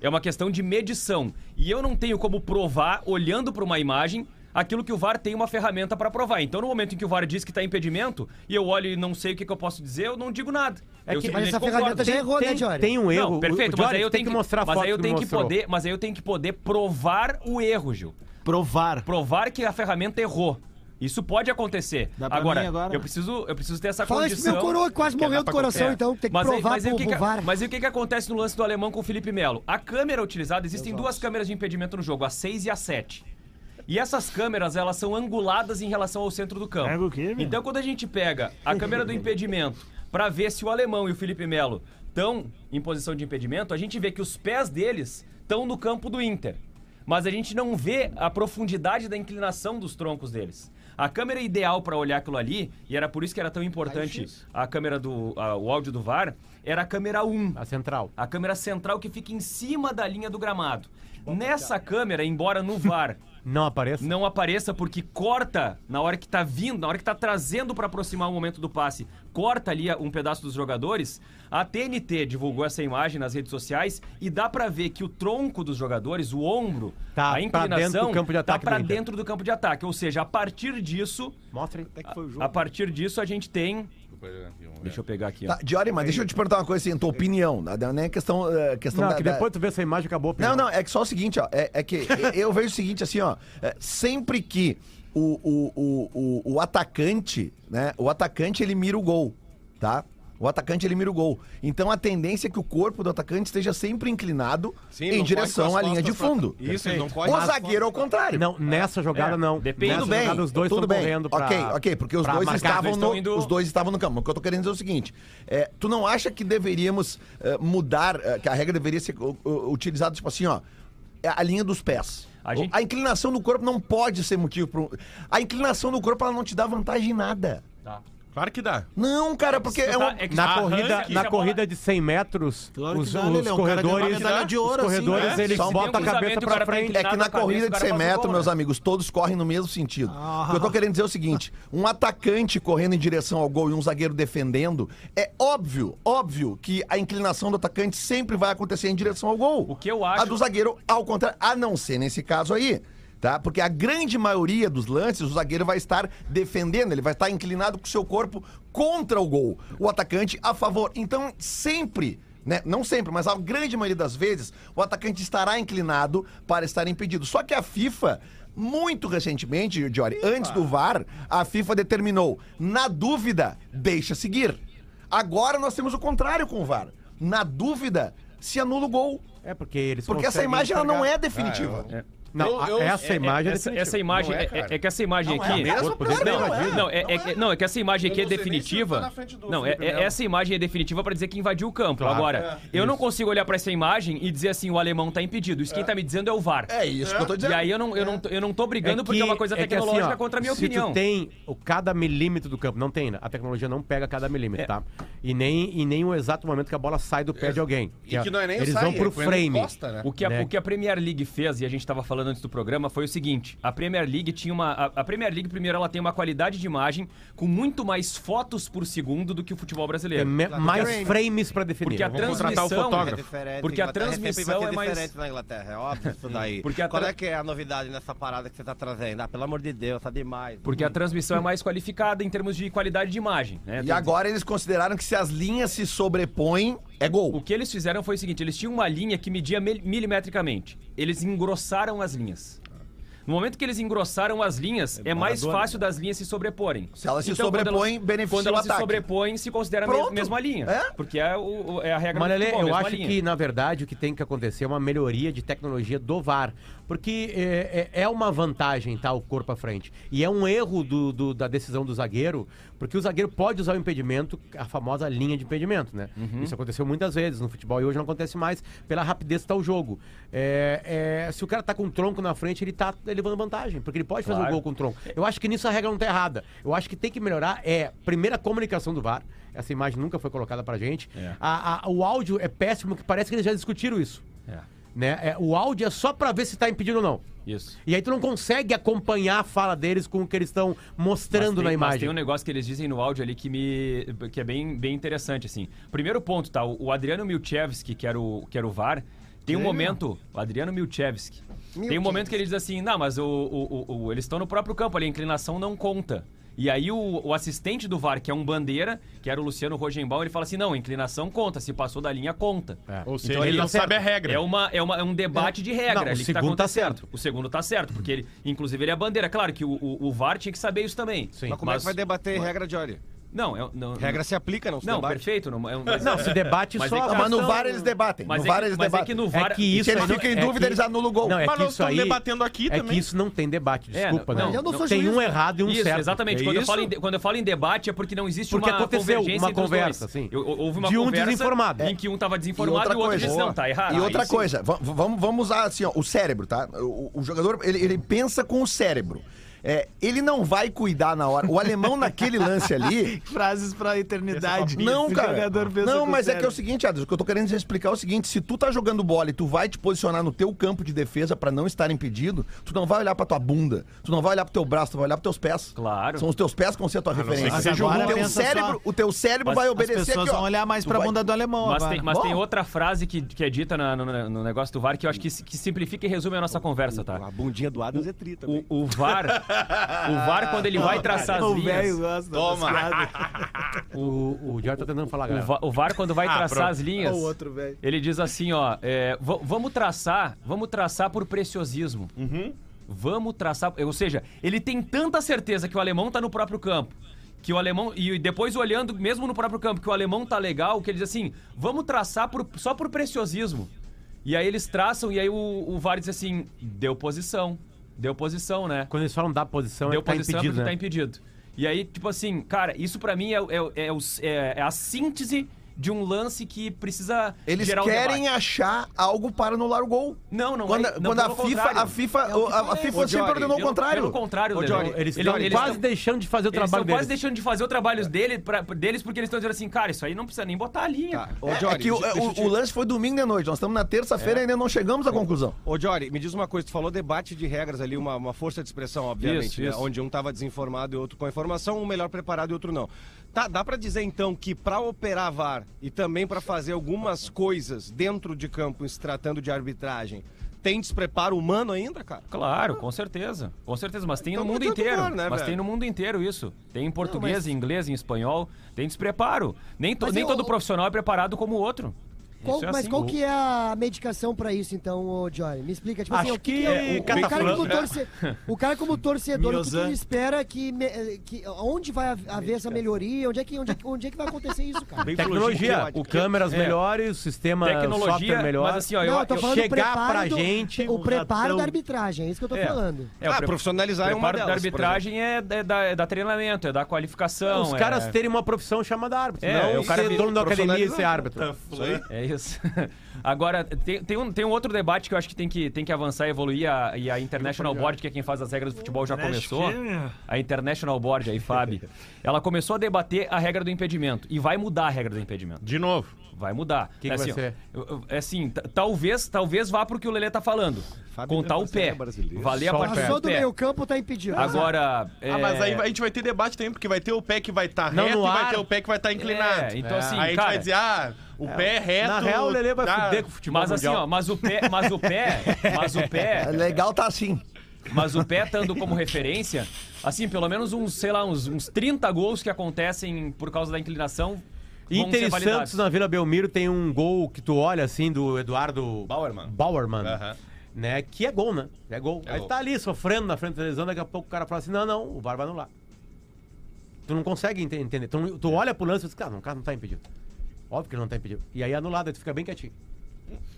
[SPEAKER 8] é uma questão de medição. E eu não tenho como provar, olhando para uma imagem, aquilo que o VAR tem uma ferramenta para provar. Então, no momento em que o VAR diz que está impedimento, e eu olho e não sei o que, que eu posso dizer, eu não digo nada.
[SPEAKER 9] É
[SPEAKER 8] eu
[SPEAKER 9] que-
[SPEAKER 4] Mas
[SPEAKER 8] simplesmente
[SPEAKER 4] essa
[SPEAKER 8] concordo.
[SPEAKER 4] ferramenta já errou, né, Jory?
[SPEAKER 9] Tem, tem um erro.
[SPEAKER 8] Não, perfeito,
[SPEAKER 9] O- o
[SPEAKER 8] mas
[SPEAKER 9] Jory,
[SPEAKER 8] aí eu
[SPEAKER 9] tem
[SPEAKER 8] tenho
[SPEAKER 9] que mostrar a
[SPEAKER 8] mas
[SPEAKER 9] foto
[SPEAKER 8] aí eu
[SPEAKER 9] que
[SPEAKER 8] tenho que
[SPEAKER 9] mostrou.
[SPEAKER 8] poder, mas aí eu tenho que poder provar o erro, Gil.
[SPEAKER 1] Provar.
[SPEAKER 8] Provar que a ferramenta errou. Isso pode acontecer.
[SPEAKER 1] Dá pra
[SPEAKER 8] agora,
[SPEAKER 1] mim agora?
[SPEAKER 8] eu preciso, eu preciso ter essa
[SPEAKER 4] Fala isso pro
[SPEAKER 8] condição.
[SPEAKER 4] meu coroa que quase morreu do coração,
[SPEAKER 8] É.
[SPEAKER 4] então. Tem que
[SPEAKER 8] Mas aí-
[SPEAKER 4] provar
[SPEAKER 8] mas aí o
[SPEAKER 4] pro
[SPEAKER 8] que
[SPEAKER 4] pro
[SPEAKER 8] que-
[SPEAKER 4] VAR.
[SPEAKER 8] Mas e o que, que acontece no lance do alemão com o Felipe Melo? A câmera utilizada, existem duas câmeras de impedimento no jogo, a 6 e a 7. E essas câmeras, elas são anguladas em relação ao centro do campo.
[SPEAKER 1] Pega o quê, meu?
[SPEAKER 8] então, quando a gente pega a câmera do impedimento pra ver se o alemão e o Felipe Melo estão em posição de impedimento, a gente vê que os pés deles estão no campo do Inter. Mas a gente não vê a profundidade da inclinação dos troncos deles. A câmera ideal pra olhar aquilo ali, e era por isso que era tão importante a câmera do. a- o áudio do VAR, era a câmera 1.
[SPEAKER 9] A central.
[SPEAKER 8] A câmera central que fica em cima da linha do gramado. Nessa câmera, embora no VAR
[SPEAKER 9] Não aparece.
[SPEAKER 8] não apareça porque corta na hora que tá vindo, na hora que tá trazendo pra aproximar o momento do passe, corta ali a- um pedaço dos jogadores. A TNT divulgou essa imagem nas redes sociais e dá pra ver que o tronco dos jogadores, o ombro,
[SPEAKER 9] Tá
[SPEAKER 8] a
[SPEAKER 9] pra dentro do
[SPEAKER 8] inclinação
[SPEAKER 9] campo de
[SPEAKER 8] tá
[SPEAKER 9] ataque
[SPEAKER 8] pra
[SPEAKER 9] do Inter.
[SPEAKER 8] dentro do campo de ataque, ou seja, a partir disso,
[SPEAKER 9] Mostra aí.
[SPEAKER 8] a partir disso a gente tem, deixa eu pegar aqui, ó.
[SPEAKER 5] Tá, Diori, mas deixa eu te perguntar uma coisa assim, tua opinião, né? não é questão, é, questão
[SPEAKER 9] Não,
[SPEAKER 5] da-
[SPEAKER 9] que
[SPEAKER 5] da-
[SPEAKER 9] depois tu vê essa imagem acabou. a
[SPEAKER 5] Não,
[SPEAKER 9] opinião.
[SPEAKER 5] não, é que só o seguinte, ó. É, é que eu vejo o seguinte, assim, ó. é, sempre que o, o, o, o, o atacante, né? O atacante, ele mira o gol, tá? O atacante, ele mira o gol. Então a tendência é que o corpo do atacante esteja sempre inclinado
[SPEAKER 7] Sim, não
[SPEAKER 5] em
[SPEAKER 7] corre
[SPEAKER 5] direção
[SPEAKER 7] com
[SPEAKER 5] à
[SPEAKER 7] as
[SPEAKER 5] linha de
[SPEAKER 7] costas pra-
[SPEAKER 5] fundo.
[SPEAKER 7] Isso, ele não corre com
[SPEAKER 5] O
[SPEAKER 7] as
[SPEAKER 5] zagueiro, ao contrário.
[SPEAKER 9] Não, nessa jogada
[SPEAKER 8] É,
[SPEAKER 9] não.
[SPEAKER 8] depende.
[SPEAKER 9] Nessa
[SPEAKER 5] Tudo bem,
[SPEAKER 9] jogada os dois
[SPEAKER 5] tudo
[SPEAKER 9] estão
[SPEAKER 5] bem.
[SPEAKER 9] correndo pra...
[SPEAKER 5] Ok, ok, porque os
[SPEAKER 9] pra
[SPEAKER 5] dois,
[SPEAKER 9] marcar.
[SPEAKER 5] estavam
[SPEAKER 8] Eles estão
[SPEAKER 5] no,
[SPEAKER 8] indo-
[SPEAKER 5] os dois estavam no campo. O que eu tô querendo dizer é o seguinte, é, tu não acha que deveríamos eh, mudar, eh, que a regra deveria ser uh, uh, utilizada, tipo assim, ó, é a linha dos pés.
[SPEAKER 8] A gente-
[SPEAKER 5] A inclinação do corpo não pode ser motivo para A inclinação do corpo, ela não te dá vantagem em nada.
[SPEAKER 8] Tá.
[SPEAKER 6] Claro que dá.
[SPEAKER 5] Não, cara, porque é um...
[SPEAKER 8] Tá, é que-
[SPEAKER 9] Na
[SPEAKER 8] arranca
[SPEAKER 9] corrida,
[SPEAKER 8] que
[SPEAKER 9] na
[SPEAKER 8] a bola-
[SPEAKER 9] corrida de 100 metros,
[SPEAKER 1] Claro que
[SPEAKER 9] os,
[SPEAKER 1] dá,
[SPEAKER 9] os
[SPEAKER 1] Lelê, um cara ganhou uma
[SPEAKER 9] corredores,
[SPEAKER 1] medalha de ouro,
[SPEAKER 9] os
[SPEAKER 1] assim,
[SPEAKER 9] corredores
[SPEAKER 1] né?
[SPEAKER 9] eles
[SPEAKER 5] Só um
[SPEAKER 9] botam a
[SPEAKER 8] cruzamento
[SPEAKER 9] cabeça
[SPEAKER 8] e o cara
[SPEAKER 9] pra
[SPEAKER 8] tá
[SPEAKER 9] frente.
[SPEAKER 5] É que na
[SPEAKER 8] na cabeça,
[SPEAKER 5] corrida
[SPEAKER 8] o
[SPEAKER 5] de
[SPEAKER 8] cara
[SPEAKER 5] 100
[SPEAKER 8] faz o
[SPEAKER 5] metros,
[SPEAKER 8] gol,
[SPEAKER 5] meus
[SPEAKER 8] né? Ah.
[SPEAKER 5] amigos, todos correm no mesmo sentido. O que eu tô querendo dizer é o seguinte: um atacante correndo em direção ao gol e um zagueiro defendendo, é óbvio, óbvio que a inclinação do atacante sempre vai acontecer em direção ao gol.
[SPEAKER 8] O que eu acho-
[SPEAKER 5] A do zagueiro, ao contrário, a não ser nesse caso aí. Tá? Porque a grande maioria dos lances, o zagueiro vai estar defendendo, ele vai estar inclinado com o seu corpo contra o gol. O atacante a favor. Então, sempre, né? Não sempre, mas a grande maioria das vezes, o atacante estará inclinado para estar impedido. Só que a FIFA Muito recentemente, Jory, antes do VAR, a FIFA determinou: na dúvida, deixa seguir. Agora nós temos o contrário com o VAR. Na dúvida, se anula o gol.
[SPEAKER 9] É porque eles
[SPEAKER 5] Porque essa
[SPEAKER 9] conseguem
[SPEAKER 5] imagem ela não
[SPEAKER 9] enxergar.
[SPEAKER 5] é definitiva.
[SPEAKER 9] Não,
[SPEAKER 7] Eu- eu-
[SPEAKER 9] a- essa imagem é
[SPEAKER 8] essa,
[SPEAKER 9] definitiva.
[SPEAKER 8] essa imagem
[SPEAKER 7] Não é,
[SPEAKER 8] é,
[SPEAKER 7] cara.
[SPEAKER 8] é que essa imagem
[SPEAKER 5] Não é
[SPEAKER 8] aqui
[SPEAKER 5] mesmo,
[SPEAKER 9] Corpo
[SPEAKER 5] cara,
[SPEAKER 9] desse-
[SPEAKER 5] não é.
[SPEAKER 8] não, é, é que- não, é que essa imagem aqui é
[SPEAKER 7] Eu não sei nem se
[SPEAKER 8] definitiva.
[SPEAKER 7] tá na frente do
[SPEAKER 8] não, é,
[SPEAKER 7] Felipe
[SPEAKER 8] é-
[SPEAKER 7] Melo. É.
[SPEAKER 8] essa imagem é definitiva pra dizer que invadiu o campo.
[SPEAKER 9] Claro.
[SPEAKER 8] Agora, eu não consigo olhar pra essa imagem e dizer assim, o alemão tá impedido. Isso quem tá me dizendo é o VAR.
[SPEAKER 5] É isso que eu tô dizendo.
[SPEAKER 8] E aí eu não,
[SPEAKER 7] É.
[SPEAKER 8] eu não, eu não tô brigando porque é uma coisa
[SPEAKER 9] que
[SPEAKER 8] tecnológica
[SPEAKER 9] assim, ó,
[SPEAKER 8] contra a minha
[SPEAKER 9] se
[SPEAKER 8] opinião.
[SPEAKER 9] tu tem o cada milímetro do campo, não tem, né? a tecnologia não pega cada milímetro,
[SPEAKER 8] É.
[SPEAKER 9] tá? E nem, e nem o exato momento que a bola sai do pé de alguém.
[SPEAKER 7] E que não é nem
[SPEAKER 9] Eles
[SPEAKER 7] sai,
[SPEAKER 9] vão pro
[SPEAKER 7] é quando
[SPEAKER 9] frame.
[SPEAKER 7] encosta, né?
[SPEAKER 8] O que, a,
[SPEAKER 9] Né?
[SPEAKER 8] o que a Premier League fez, e a gente estava falando antes do programa, foi o seguinte: a Premier League tinha uma. A, a Premier League, primeiro, ela tem uma qualidade de imagem com muito mais fotos por segundo do que o futebol
[SPEAKER 9] Tem
[SPEAKER 8] brasileiro.
[SPEAKER 9] É me- mais frames pra definir. né?
[SPEAKER 8] Porque a
[SPEAKER 6] Vamos contratar o
[SPEAKER 8] transmissão.
[SPEAKER 6] fotógrafo.
[SPEAKER 3] É
[SPEAKER 8] Porque a transmissão é mais.
[SPEAKER 10] diferente na Inglaterra, é óbvio isso daí.
[SPEAKER 8] Porque a
[SPEAKER 10] Qual
[SPEAKER 8] tra-
[SPEAKER 10] é que é a novidade nessa parada que você tá trazendo? Ah, pelo amor de Deus, tá demais.
[SPEAKER 8] Porque a transmissão é mais qualificada em termos de qualidade de imagem. Né?
[SPEAKER 5] E
[SPEAKER 8] Tem-
[SPEAKER 5] agora eles consideraram que se as linhas se sobrepõem, é
[SPEAKER 8] O
[SPEAKER 5] gol.
[SPEAKER 8] que eles fizeram foi o seguinte: eles tinham uma linha que media mil- milimetricamente. Eles engrossaram as linhas. No momento que eles engrossaram as linhas, é, mais fácil das linhas se sobreporem. Então,
[SPEAKER 5] Se elas se
[SPEAKER 8] quando
[SPEAKER 5] sobrepõem,
[SPEAKER 8] elas-
[SPEAKER 5] beneficia
[SPEAKER 8] Quando
[SPEAKER 5] o
[SPEAKER 8] elas se
[SPEAKER 5] ataque.
[SPEAKER 8] sobrepõem, se considera a mes-
[SPEAKER 5] Pronto.
[SPEAKER 8] mesma linha.
[SPEAKER 5] É?
[SPEAKER 8] Porque é, o- o- é a regra
[SPEAKER 9] Mas, Lelê,
[SPEAKER 8] futebol,
[SPEAKER 9] eu
[SPEAKER 8] mesma
[SPEAKER 9] acho
[SPEAKER 8] linha.
[SPEAKER 9] que, na verdade, o que tem que acontecer é uma melhoria de tecnologia do VAR. Porque é, é- é uma vantagem, tá? O corpo à frente. E é um erro do- do- da decisão do zagueiro, porque o zagueiro pode usar o impedimento, a famosa linha de impedimento, né?
[SPEAKER 8] Uhum.
[SPEAKER 9] Isso aconteceu muitas vezes no futebol e hoje não acontece mais pela rapidez que tá o jogo. É- é, se o cara tá com o tronco na frente, ele tá levando vantagem, porque ele pode fazer o
[SPEAKER 8] Claro.
[SPEAKER 9] gol com o tronco. Eu acho que nisso a regra não tá errada. Eu acho que tem que melhorar é, primeiro, a comunicação do VAR. Essa imagem nunca foi colocada pra gente.
[SPEAKER 8] É.
[SPEAKER 9] A- a- o áudio é péssimo, que parece que eles já discutiram isso. Né? É, o áudio é só pra ver se tá impedindo ou não.
[SPEAKER 8] Isso.
[SPEAKER 9] E aí tu não consegue acompanhar a fala deles com o que eles estão mostrando
[SPEAKER 8] Mas tem-
[SPEAKER 9] na
[SPEAKER 8] Mas tem
[SPEAKER 9] imagem. É
[SPEAKER 8] um negócio que eles dizem no áudio ali que me que é bem, bem interessante, assim. Primeiro ponto, tá? O, o Adriano Milchevski, que era o, que era o VAR, tem um momento... O Adriano Milchevski. Tem um momento que ele diz assim, não, mas o, o- o- o- eles estão no próprio campo ali, a inclinação não conta. E aí o, o assistente do VAR, que é um bandeira, que era o Luciano Rogenbaum, ele fala assim, não, a inclinação conta, se passou da linha, conta.
[SPEAKER 6] Ou seja,
[SPEAKER 9] ele
[SPEAKER 6] Então ele
[SPEAKER 9] tá
[SPEAKER 6] não sabe a
[SPEAKER 9] certo.
[SPEAKER 6] regra.
[SPEAKER 8] É, uma, é, uma- é um debate de regra.
[SPEAKER 9] Não, o
[SPEAKER 8] ali que
[SPEAKER 9] segundo tá
[SPEAKER 8] acontecendo.
[SPEAKER 9] certo.
[SPEAKER 8] O segundo tá certo, porque ele, inclusive, ele é a bandeira. Claro que o, o, o VAR tinha que saber isso também.
[SPEAKER 9] Sim.
[SPEAKER 10] Mas como é que vai debater regra de olho?
[SPEAKER 8] Não, é, não,
[SPEAKER 10] Regra se aplica, não se
[SPEAKER 8] não,
[SPEAKER 10] debate.
[SPEAKER 8] perfeito. Não, é um- mas-
[SPEAKER 9] Não, se debate
[SPEAKER 8] Mas
[SPEAKER 9] só.
[SPEAKER 8] é que-
[SPEAKER 5] Ah, mas no VAR eles debatem.
[SPEAKER 8] mas
[SPEAKER 5] no
[SPEAKER 8] é
[SPEAKER 5] VAR
[SPEAKER 8] que-
[SPEAKER 5] eles
[SPEAKER 8] mas é
[SPEAKER 5] debatem.
[SPEAKER 8] que no VAR-
[SPEAKER 9] é que
[SPEAKER 8] E se
[SPEAKER 9] isso
[SPEAKER 5] se eles
[SPEAKER 9] aí não-
[SPEAKER 5] ficam em
[SPEAKER 9] é
[SPEAKER 5] dúvida,
[SPEAKER 9] que-
[SPEAKER 5] eles anulam o gol.
[SPEAKER 9] Não, é
[SPEAKER 6] Mas
[SPEAKER 9] que
[SPEAKER 6] nós
[SPEAKER 9] isso
[SPEAKER 6] estamos
[SPEAKER 9] aí.
[SPEAKER 6] debatendo aqui
[SPEAKER 9] é
[SPEAKER 6] também.
[SPEAKER 9] que isso não tem debate,
[SPEAKER 8] É,
[SPEAKER 9] desculpa,
[SPEAKER 8] não,
[SPEAKER 9] né?
[SPEAKER 8] eu
[SPEAKER 4] não sou
[SPEAKER 9] tem
[SPEAKER 4] juiz,
[SPEAKER 9] um errado e um
[SPEAKER 8] Isso,
[SPEAKER 9] certo.
[SPEAKER 8] exatamente.
[SPEAKER 9] É
[SPEAKER 8] Quando eu,
[SPEAKER 9] isso?
[SPEAKER 8] falo em, de- quando eu falo em debate é porque não existe
[SPEAKER 9] Porque
[SPEAKER 8] uma
[SPEAKER 9] aconteceu
[SPEAKER 8] convergência
[SPEAKER 9] uma
[SPEAKER 8] entre os
[SPEAKER 9] conversa,
[SPEAKER 8] dois.
[SPEAKER 9] sim.
[SPEAKER 8] Eu- houve uma
[SPEAKER 9] De um
[SPEAKER 8] conversa
[SPEAKER 9] desinformado.
[SPEAKER 8] em que um estava desinformado e, o outro disse, não, tá errado.
[SPEAKER 5] E outra
[SPEAKER 8] Aí sim.
[SPEAKER 5] coisa, va- va- vamos, vamos usar assim, ó, o cérebro, tá? O, o jogador, ele, ele pensa com o cérebro. É, ele não vai cuidar na hora. O alemão naquele lance ali.
[SPEAKER 1] Frases pra eternidade.
[SPEAKER 5] Não,
[SPEAKER 1] O
[SPEAKER 5] cara.
[SPEAKER 1] é jogador pensa
[SPEAKER 5] Não,
[SPEAKER 1] com
[SPEAKER 5] mas é que é o
[SPEAKER 1] cérebro.
[SPEAKER 5] seguinte, Adriano, o que eu tô querendo te explicar é o seguinte: se tu tá jogando bola e tu vai te posicionar no teu campo de defesa pra não estar impedido, tu não vai olhar pra tua bunda, tu não vai olhar pro teu braço, tu vai olhar pros teus pés.
[SPEAKER 8] Claro.
[SPEAKER 5] São os teus pés que vão ser a tua referência.
[SPEAKER 1] que seja
[SPEAKER 5] o
[SPEAKER 1] agora
[SPEAKER 5] teu
[SPEAKER 1] pensa só-
[SPEAKER 5] cérebro, o teu cérebro
[SPEAKER 8] Mas
[SPEAKER 5] vai
[SPEAKER 8] as
[SPEAKER 1] As
[SPEAKER 5] obedecer
[SPEAKER 1] pessoas
[SPEAKER 5] aqui, ó.
[SPEAKER 1] vão olhar mais
[SPEAKER 5] Tu
[SPEAKER 1] pra
[SPEAKER 5] vai-
[SPEAKER 1] bunda do alemão.
[SPEAKER 8] Mas
[SPEAKER 1] agora.
[SPEAKER 8] tem, mas
[SPEAKER 5] Bom.
[SPEAKER 8] tem outra frase que, que é dita na- no, no- no negócio do VAR que eu acho que, si- que simplifica e resume a nossa conversa, tá?
[SPEAKER 10] A bundinha do Adams é tri também.
[SPEAKER 8] O, o VAR, o VAR quando ele vai traçar as
[SPEAKER 1] Ah, o velho
[SPEAKER 8] linhas,
[SPEAKER 1] gosta das
[SPEAKER 7] Toma.
[SPEAKER 1] piadas.
[SPEAKER 9] O, o Jorge tá tentando falar,
[SPEAKER 8] o,
[SPEAKER 9] galera.
[SPEAKER 8] Va- o VAR quando
[SPEAKER 1] Ah,
[SPEAKER 8] vai traçar as linhas,
[SPEAKER 1] Ou outro velho.
[SPEAKER 8] ele diz assim, ó, é, va- vamos traçar, vamos traçar por preciosismo.
[SPEAKER 1] Uhum.
[SPEAKER 8] Vamos traçar, ou seja, ele tem tanta certeza que o alemão tá no próprio campo. Que o alemão. E depois olhando, mesmo no próprio campo, que o alemão tá legal, que ele diz assim: vamos traçar por- só por preciosismo. E aí eles traçam, e aí o, o VAR diz assim: deu posição. Deu posição, né?
[SPEAKER 9] Quando eles falam da posição, é
[SPEAKER 8] Deu
[SPEAKER 9] que tá
[SPEAKER 8] posição
[SPEAKER 9] impedido,
[SPEAKER 8] porque tá
[SPEAKER 9] né?
[SPEAKER 8] impedido. E aí, tipo assim, cara, isso pra mim é, é- é os- é- é a síntese de um lance que precisa
[SPEAKER 5] Eles
[SPEAKER 8] gerar um
[SPEAKER 5] querem
[SPEAKER 8] debate.
[SPEAKER 5] achar algo para anular o gol.
[SPEAKER 8] Não, não
[SPEAKER 5] Quando,
[SPEAKER 8] é- não,
[SPEAKER 5] quando a
[SPEAKER 8] pelo
[SPEAKER 5] FIFA,
[SPEAKER 8] contrário.
[SPEAKER 5] a FIFA,
[SPEAKER 8] É o que
[SPEAKER 5] a- a,
[SPEAKER 8] falei.
[SPEAKER 5] FIFA sempre ordenou o
[SPEAKER 8] Pelo-
[SPEAKER 5] contrário.
[SPEAKER 8] Pelo contrário, Léo.
[SPEAKER 9] Eles, eles,
[SPEAKER 8] Ele- eles
[SPEAKER 9] quase
[SPEAKER 8] tão-
[SPEAKER 9] deixando de fazer o
[SPEAKER 8] Eles
[SPEAKER 9] trabalho
[SPEAKER 8] estão quase
[SPEAKER 9] deles.
[SPEAKER 8] deixando de fazer o trabalho dele pra- deles porque eles estão dizendo assim, cara, isso aí não precisa nem botar a linha.
[SPEAKER 10] Ô,
[SPEAKER 5] É, é
[SPEAKER 10] Jory,
[SPEAKER 5] que o,
[SPEAKER 10] deixa-
[SPEAKER 5] é,
[SPEAKER 10] deixa
[SPEAKER 5] o-
[SPEAKER 10] eu te-
[SPEAKER 5] o lance foi domingo de noite. Nós estamos na terça-feira e ainda não chegamos à conclusão.
[SPEAKER 10] Ô, Jory, me diz uma coisa, tu falou debate de regras ali, uma, uma força de expressão, obviamente,
[SPEAKER 8] Isso,
[SPEAKER 10] né?
[SPEAKER 8] isso.
[SPEAKER 10] onde um tava desinformado e outro com a informação, um melhor preparado e outro não. Tá, dá pra dizer então que pra operar VAR e também pra fazer algumas coisas dentro de campo, se tratando de arbitragem, tem despreparo humano ainda, cara?
[SPEAKER 8] Claro, com certeza. Com certeza, mas tem
[SPEAKER 10] Então
[SPEAKER 8] no
[SPEAKER 10] não
[SPEAKER 8] mundo
[SPEAKER 10] adianta
[SPEAKER 8] inteiro.
[SPEAKER 10] falar, né,
[SPEAKER 8] mas
[SPEAKER 10] velho?
[SPEAKER 8] tem no mundo inteiro isso. Tem em português, em inglês, em espanhol. Tem despreparo. Nem, to- nem todo profissional é preparado como o outro.
[SPEAKER 4] Qual-
[SPEAKER 8] Isso é
[SPEAKER 4] mas
[SPEAKER 8] assim,
[SPEAKER 4] qual
[SPEAKER 8] o-
[SPEAKER 4] que é a medicação pra isso, então, ô Jory? Me explica. Tipo assim,
[SPEAKER 9] Acho
[SPEAKER 4] o que,
[SPEAKER 9] que
[SPEAKER 4] é o- o, o, cara
[SPEAKER 9] cataflã,
[SPEAKER 4] como
[SPEAKER 9] né?
[SPEAKER 4] torce- o cara como torcedor, o que, que
[SPEAKER 1] Miozan.
[SPEAKER 4] ele espera que, me- que- Onde vai haver essa melhoria? Onde é, que, onde, é que- onde é que vai acontecer isso, cara?
[SPEAKER 9] Tecnologia, o câmeras
[SPEAKER 8] é.
[SPEAKER 9] melhores, sistema
[SPEAKER 8] Tecnologia,
[SPEAKER 9] software melhor.
[SPEAKER 8] mas assim, ó,
[SPEAKER 4] Não,
[SPEAKER 8] eu,
[SPEAKER 4] eu tô
[SPEAKER 8] eu-
[SPEAKER 4] falando do
[SPEAKER 9] chegar
[SPEAKER 4] preparo
[SPEAKER 9] pra
[SPEAKER 4] do-
[SPEAKER 9] gente,
[SPEAKER 4] O
[SPEAKER 9] um
[SPEAKER 4] preparo
[SPEAKER 9] ratão.
[SPEAKER 4] da arbitragem, é isso que eu tô
[SPEAKER 8] É.
[SPEAKER 4] falando.
[SPEAKER 8] é, o
[SPEAKER 10] Ah,
[SPEAKER 8] pre-
[SPEAKER 10] profissionalizar é uma
[SPEAKER 8] preparo
[SPEAKER 10] delas.
[SPEAKER 8] da
[SPEAKER 10] por exemplo.
[SPEAKER 8] arbitragem é da, da, é da treinamento, é da qualificação.
[SPEAKER 9] Os
[SPEAKER 8] é-
[SPEAKER 9] caras terem uma profissão chamada árbitro.
[SPEAKER 8] É,
[SPEAKER 9] não
[SPEAKER 8] o cara
[SPEAKER 9] ser
[SPEAKER 8] me-
[SPEAKER 9] dono da academia e ser
[SPEAKER 10] profissionalizar.
[SPEAKER 9] árbitro.
[SPEAKER 8] É isso. Agora, tem, tem um, tem um outro debate que eu acho que tem que, tem que avançar e evoluir. A, e a International Board, que é quem faz as regras do futebol, já começou. A International Board, aí, Fábio. Ela começou a debater a regra do impedimento. E vai mudar a regra do impedimento.
[SPEAKER 6] De novo.
[SPEAKER 8] Vai mudar.
[SPEAKER 9] Que que
[SPEAKER 8] é
[SPEAKER 9] vai
[SPEAKER 8] assim, ó,
[SPEAKER 9] ser?
[SPEAKER 8] eu- eu- é assim, ta- talvez, talvez vá pro que o Lelê tá falando. Contar o pé. Valer a
[SPEAKER 9] Só o
[SPEAKER 8] partir
[SPEAKER 4] Só
[SPEAKER 8] do
[SPEAKER 4] do
[SPEAKER 8] pé.
[SPEAKER 4] meio campo tá impedido.
[SPEAKER 8] É. Agora.
[SPEAKER 6] Ah, mas
[SPEAKER 8] é,
[SPEAKER 6] aí a gente vai ter debate também, porque vai ter o pé que vai estar
[SPEAKER 9] Então Não,
[SPEAKER 6] reto
[SPEAKER 9] no
[SPEAKER 6] e vai
[SPEAKER 9] ar.
[SPEAKER 6] ter o pé que vai estar inclinado.
[SPEAKER 8] É, então assim,
[SPEAKER 6] aí a gente
[SPEAKER 8] cara-
[SPEAKER 6] vai dizer, ah, o pé é reto.
[SPEAKER 9] Na real, o Lelê vai
[SPEAKER 6] dá-
[SPEAKER 9] fuder com o futebol
[SPEAKER 8] Mas assim, ó,
[SPEAKER 9] mundial.
[SPEAKER 8] mas o pé, mas o pé, mas o pé,
[SPEAKER 5] Legal tá assim.
[SPEAKER 8] Mas o pé estando como referência, assim, pelo menos uns, sei lá, uns, uns 30 gols que acontecem por causa da inclinação vão
[SPEAKER 9] Inter
[SPEAKER 8] ser
[SPEAKER 9] e
[SPEAKER 8] validados.
[SPEAKER 9] Santos na Vila Belmiro tem um gol que tu olha assim do Eduardo
[SPEAKER 7] Bauerman.
[SPEAKER 9] Bauerman,
[SPEAKER 7] Aham.
[SPEAKER 9] né? Que é gol, né? É gol. Aí
[SPEAKER 7] gol.
[SPEAKER 9] tá ali sofrendo na frente da televisão, daqui a pouco o cara fala assim: "Não, não, o VAR vai anular". Tu não consegue ente- entender. Tu, não- tu olha pro lance e diz: "Cara, não, o cara não tá impedido". Óbvio que ele não tá impedido. E aí é anulado, aí tu fica bem quietinho.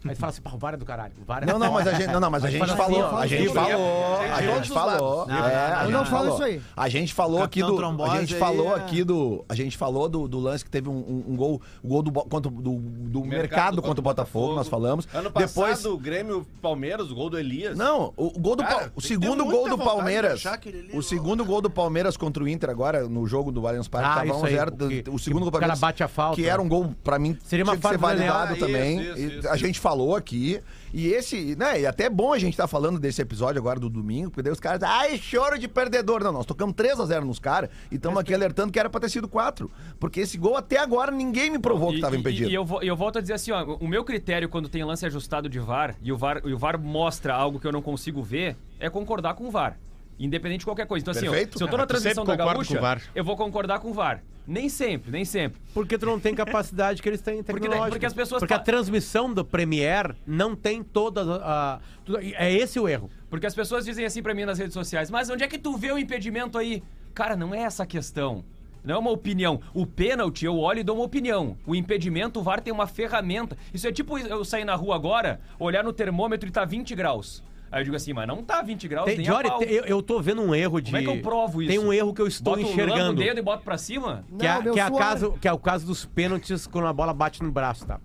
[SPEAKER 9] Aí tu fala assim: "Pá, o VAR é do caralho". O VAR é
[SPEAKER 5] Não, não, mas a gente, não, não, mas a gente
[SPEAKER 9] fala assim,
[SPEAKER 5] falou,
[SPEAKER 9] ó,
[SPEAKER 5] a gente
[SPEAKER 9] livre,
[SPEAKER 5] falou, a
[SPEAKER 9] livre.
[SPEAKER 5] gente falou.
[SPEAKER 1] Não,
[SPEAKER 5] é,
[SPEAKER 1] não,
[SPEAKER 5] a
[SPEAKER 4] não,
[SPEAKER 5] gente
[SPEAKER 4] não fala
[SPEAKER 5] falou.
[SPEAKER 4] isso aí.
[SPEAKER 5] A gente falou aqui
[SPEAKER 1] Capitão
[SPEAKER 5] do,
[SPEAKER 1] Trombose
[SPEAKER 5] a gente
[SPEAKER 1] aí,
[SPEAKER 5] falou
[SPEAKER 1] é.
[SPEAKER 5] aqui do, a gente falou do, do lance que teve um, um- um gol, o gol do Bo- contra o- do, do mercado, contra o Botafogo, nós falamos.
[SPEAKER 7] Ano passado,
[SPEAKER 5] Depois
[SPEAKER 7] o Grêmio Palmeiras, o gol do Elias.
[SPEAKER 5] Não, o, o gol do
[SPEAKER 7] Cara,
[SPEAKER 5] Pal-
[SPEAKER 7] tem
[SPEAKER 5] o
[SPEAKER 7] que ter
[SPEAKER 5] segundo
[SPEAKER 2] muita
[SPEAKER 5] gol do
[SPEAKER 2] vontade de
[SPEAKER 5] Palmeiras.
[SPEAKER 2] achar aquele ali,
[SPEAKER 5] O segundo gol do Palmeiras contra o Inter agora no jogo do Allianz Parque
[SPEAKER 9] Ah,
[SPEAKER 5] tava
[SPEAKER 9] isso aí,
[SPEAKER 5] 1x0,
[SPEAKER 9] o que-
[SPEAKER 5] o segundo
[SPEAKER 9] que
[SPEAKER 5] gol do
[SPEAKER 9] o cara
[SPEAKER 5] Palmeiras,
[SPEAKER 9] bate a falta,
[SPEAKER 5] Que
[SPEAKER 9] né?
[SPEAKER 5] era um gol pra mim
[SPEAKER 9] Seria uma
[SPEAKER 5] tinha que ser
[SPEAKER 9] farda do Daniel.
[SPEAKER 5] validado
[SPEAKER 7] Ah,
[SPEAKER 5] também.
[SPEAKER 7] isso, isso,
[SPEAKER 5] E
[SPEAKER 7] isso,
[SPEAKER 5] a gente falou aqui e esse, né, e até é bom a gente tá falando desse episódio agora do domingo, porque daí os caras, ai, choro de perdedor. Não, nós tocamos 3x0 nos caras e estamos aqui alertando que era pra ter sido 4, porque esse gol até agora ninguém me provou que
[SPEAKER 8] E-
[SPEAKER 5] tava
[SPEAKER 8] e-
[SPEAKER 5] impedido.
[SPEAKER 8] E, eu, vo- e eu volto a dizer assim, ó, o meu critério quando tem lance ajustado de VAR e o VAR, e o VAR mostra algo que eu não consigo ver, é concordar com o VAR. Independente de qualquer coisa. Então, assim, ó,
[SPEAKER 5] Perfeito.
[SPEAKER 8] se eu tô na
[SPEAKER 6] tu sempre
[SPEAKER 8] transmissão da
[SPEAKER 6] concorda com o
[SPEAKER 8] gaúcha,
[SPEAKER 6] VAR.
[SPEAKER 8] eu vou concordar com o VAR. Nem sempre, nem sempre.
[SPEAKER 9] Porque tu não tem capacidade que eles têm
[SPEAKER 8] daí-
[SPEAKER 9] tecnológica.
[SPEAKER 8] porque as pessoas
[SPEAKER 9] Porque a
[SPEAKER 8] fa-
[SPEAKER 9] transmissão do Premiere não tem todas a, a- tudo- É esse o erro.
[SPEAKER 8] Porque as pessoas dizem assim pra mim nas redes sociais, mas onde é que tu vê o impedimento aí? Cara, não é essa a questão. Não é uma opinião. O pênalti eu olho e dou uma opinião. O impedimento, o VAR tem uma ferramenta. Isso é tipo eu sair na rua agora, olhar no termômetro e tá 20 graus. Aí eu digo assim, mas não tá 20 graus,
[SPEAKER 9] Tem,
[SPEAKER 8] nem
[SPEAKER 9] Jory,
[SPEAKER 8] a pau.
[SPEAKER 9] tem- eu, eu tô vendo um erro de.
[SPEAKER 8] Como é que eu provo isso?
[SPEAKER 9] Tem um erro que eu estou
[SPEAKER 8] boto Boto
[SPEAKER 9] enxergando.
[SPEAKER 8] o dedo e boto pra cima?
[SPEAKER 9] Que, é,
[SPEAKER 4] Não, meu
[SPEAKER 9] que, é a
[SPEAKER 4] suor.
[SPEAKER 9] caso, que é o caso dos pênaltis quando a bola bate no braço, tá?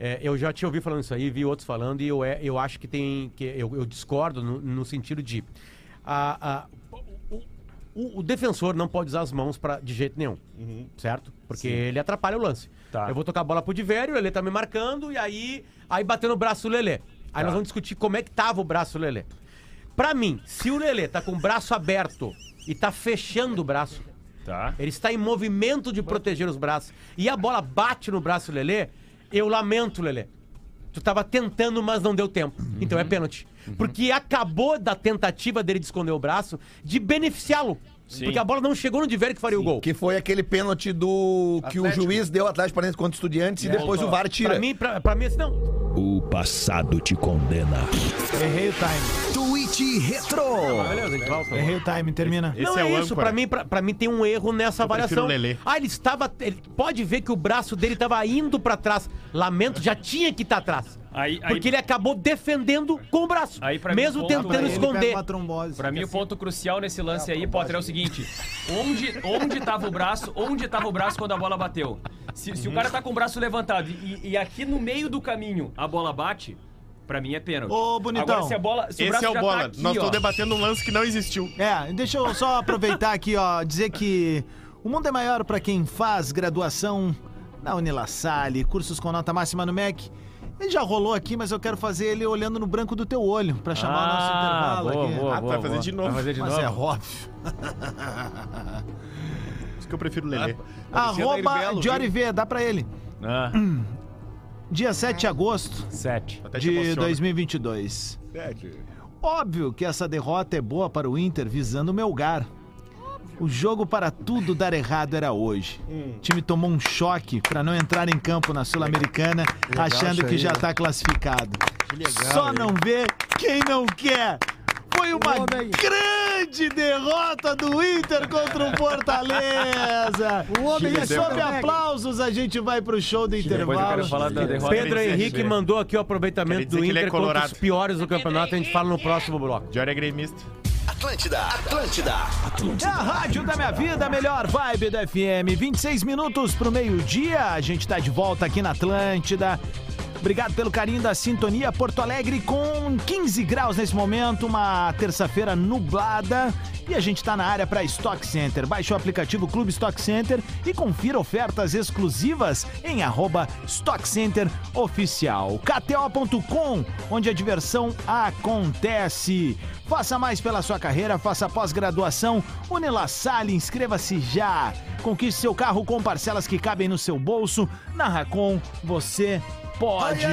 [SPEAKER 9] É, eu já te ouvi falando isso aí, vi outros falando, e eu, é, eu acho que tem. Que eu, eu discordo no, no sentido de. a- a- o, o- o defensor não pode usar as mãos pra, de jeito nenhum, certo? Porque ele atrapalha o lance.
[SPEAKER 8] Tá.
[SPEAKER 9] Eu vou tocar a bola pro Diverio, o Lelê tá me marcando, e aí, aí bateu no braço o Lelê. Aí nós vamos discutir como é que tava o braço do Lelê. Pra mim, se o Lelê tá com o braço aberto e tá fechando o braço.
[SPEAKER 8] Tá.
[SPEAKER 9] Ele está em movimento de proteger os braços. E a bola bate no braço do Lelê. Eu lamento, Lelê. Tu tava tentando, mas não deu tempo. Então é pênalti. Porque acabou da tentativa dele de esconder o braço de beneficiá-lo. Porque a bola não chegou no Diverio que faria o gol.
[SPEAKER 5] Que foi aquele pênalti do que o juiz deu atrás para dentro contra o Estudiantes e depois o VAR tira.
[SPEAKER 9] Pra mim, pra, pra mim, assim, não.
[SPEAKER 11] O passado te condena.
[SPEAKER 1] Errei o time.
[SPEAKER 5] Tweet Retro.
[SPEAKER 9] Beleza, a gente volta.
[SPEAKER 1] Errei o time, termina.
[SPEAKER 6] Esse
[SPEAKER 9] não
[SPEAKER 6] é
[SPEAKER 9] é,
[SPEAKER 6] o
[SPEAKER 9] isso,
[SPEAKER 6] âncora.
[SPEAKER 9] pra mim, pra, pra mim tem um erro nessa avaliação.
[SPEAKER 6] prefiro o Lelê.
[SPEAKER 9] Ah, ele estava. Ele pode ver que o braço dele estava indo pra trás. Lamento, já tinha que estar atrás.
[SPEAKER 8] Aí- aí-
[SPEAKER 9] porque ele acabou defendendo com o braço.
[SPEAKER 8] Aí pra mim,
[SPEAKER 9] mesmo
[SPEAKER 8] ponto pra
[SPEAKER 9] tentando
[SPEAKER 8] ele.
[SPEAKER 1] é Ele pega
[SPEAKER 9] esconder.
[SPEAKER 1] uma trombose.
[SPEAKER 8] Pra mim, o ponto crucial nesse lance aí, Potter, é o seguinte: onde, onde tava o braço, onde tava o braço quando a bola bateu? Se, se o cara tá com o braço levantado e, e aqui no meio do caminho a bola bate, pra mim é pênalti.
[SPEAKER 1] Ô, bonitão.
[SPEAKER 8] Agora, se a bola. Se o braço
[SPEAKER 6] Esse é o
[SPEAKER 8] já
[SPEAKER 6] bola.
[SPEAKER 8] Tá aqui,
[SPEAKER 6] Nós
[SPEAKER 8] ó,
[SPEAKER 6] estamos debatendo um lance que não existiu.
[SPEAKER 1] É, deixa eu só aproveitar aqui, ó, dizer que o mundo é maior para quem faz graduação na Unilassalle, cursos com nota máxima no MEC. Ele já rolou aqui, mas eu quero fazer ele olhando no branco do teu olho para chamar
[SPEAKER 8] Ah,
[SPEAKER 1] o nosso intervalo
[SPEAKER 8] boa,
[SPEAKER 1] aqui.
[SPEAKER 8] boa,
[SPEAKER 6] Ah, tu
[SPEAKER 8] boa,
[SPEAKER 6] vai fazer
[SPEAKER 8] boa.
[SPEAKER 6] de novo.
[SPEAKER 8] Vai fazer de
[SPEAKER 1] Mas
[SPEAKER 8] novo.
[SPEAKER 1] é óbvio.
[SPEAKER 6] Por isso que eu prefiro o Lelê.
[SPEAKER 1] Arroba Jory V, dá pra ele.
[SPEAKER 8] Ah,
[SPEAKER 1] Dia 7 de agosto
[SPEAKER 8] sete.
[SPEAKER 6] Até te
[SPEAKER 1] de
[SPEAKER 6] emociona.
[SPEAKER 1] 2022.
[SPEAKER 6] É, de-
[SPEAKER 1] Óbvio que essa derrota é boa para o Inter visando o Melgar. O jogo para tudo dar errado era hoje. O time tomou um choque para não entrar em campo na Sul-Americana,
[SPEAKER 5] Legal
[SPEAKER 1] achando
[SPEAKER 5] isso
[SPEAKER 1] que
[SPEAKER 5] aí,
[SPEAKER 1] já
[SPEAKER 5] né?
[SPEAKER 1] está classificado.
[SPEAKER 5] legal,
[SPEAKER 1] Só
[SPEAKER 5] hein?
[SPEAKER 1] não vê quem não quer. Foi uma
[SPEAKER 4] homem.
[SPEAKER 1] grande derrota do Inter contra o Fortaleza.
[SPEAKER 4] O homem
[SPEAKER 1] e
[SPEAKER 4] é
[SPEAKER 1] sob
[SPEAKER 4] Superman.
[SPEAKER 1] aplausos a gente vai pro show do
[SPEAKER 8] Depois eu quero
[SPEAKER 1] intervalo.
[SPEAKER 8] falar da derrota.
[SPEAKER 9] Pedro
[SPEAKER 8] do
[SPEAKER 9] Henrique
[SPEAKER 8] CRB.
[SPEAKER 9] mandou aqui o aproveitamento
[SPEAKER 6] Quer dizer
[SPEAKER 9] do
[SPEAKER 6] que ele é
[SPEAKER 9] Inter contra os
[SPEAKER 6] colorado.
[SPEAKER 9] piores do campeonato. A gente fala no próximo bloco.
[SPEAKER 6] Diário é gremista.
[SPEAKER 1] É a rádio da minha vida, a melhor vibe do FM. 26 minutos pro meio-dia, a gente tá de volta aqui na Atlântida. Obrigado pelo carinho da sintonia. Porto Alegre com 15 graus nesse momento, uma terça-feira nublada. E a gente tá na área para Stock Center. Baixe o aplicativo Clube Stock Center e confira ofertas exclusivas em arroba Stock Center Oficial. KTO.com, onde a diversão acontece. Faça mais pela sua carreira, faça pós-graduação. Unila Salle, inscreva-se já. Conquiste seu carro com parcelas que cabem no seu bolso. Na Racon, você pode.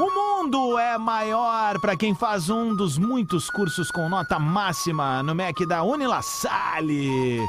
[SPEAKER 1] O mundo é maior para quem faz um dos muitos cursos com nota máxima no MEC da Unilassalle.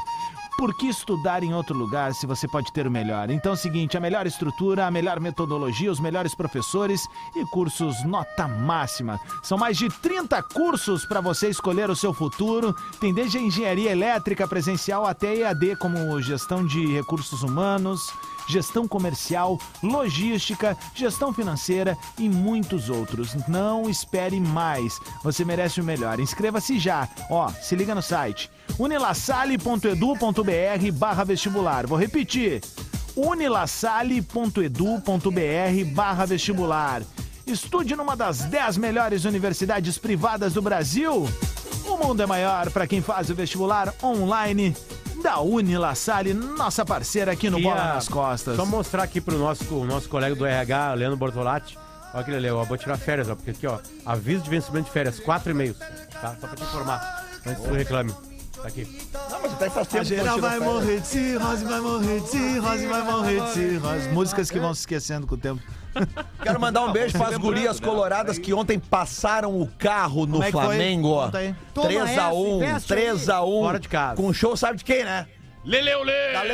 [SPEAKER 1] Por que estudar em outro lugar se você pode ter o melhor? Então é o seguinte, a melhor estrutura, a melhor metodologia, os melhores professores e cursos nota máxima. São mais de 30 cursos para você escolher o seu futuro. Tem desde a engenharia elétrica presencial até EAD, como gestão de recursos humanos, gestão comercial, logística, gestão financeira e muitos outros. Não espere mais. Você merece o melhor. Inscreva-se já. Ó, se liga no site unilassale.edu.br barra vestibular. Vou repetir. unilassale.edu.br barra vestibular. Estude numa das 10 melhores universidades privadas do Brasil. O mundo é maior para quem faz o vestibular online da Unilassalle, nossa parceira aqui no
[SPEAKER 9] Queria
[SPEAKER 1] Bola nas Costas.
[SPEAKER 9] Só mostrar aqui pro nosso, o nosso colega do RH, Leandro Bortolatti. Olha aquele ali, ó. Vou tirar férias, ó. Porque aqui, ó, aviso de vencimento de férias, quatro e meios. Tá? Só pra te informar. Antes que tu reclame. Tá aqui.
[SPEAKER 5] Não, mas até que faz tempo que não tira férias.
[SPEAKER 1] morrer de si, Rose vai morrer de si, Rose vai morrer de si. Rose. Músicas que vão se esquecendo com o tempo.
[SPEAKER 5] Quero mandar um beijo para as gurias coloradas que ontem passaram o carro no
[SPEAKER 1] Como é que foi?
[SPEAKER 5] Flamengo.
[SPEAKER 1] Conta aí.
[SPEAKER 4] Toma
[SPEAKER 5] 3x1,
[SPEAKER 4] essa, investe aí.
[SPEAKER 5] 3x1.
[SPEAKER 9] Fora de casa.
[SPEAKER 5] Com show, sabe de quem, né?
[SPEAKER 6] É,
[SPEAKER 5] Leleule! Da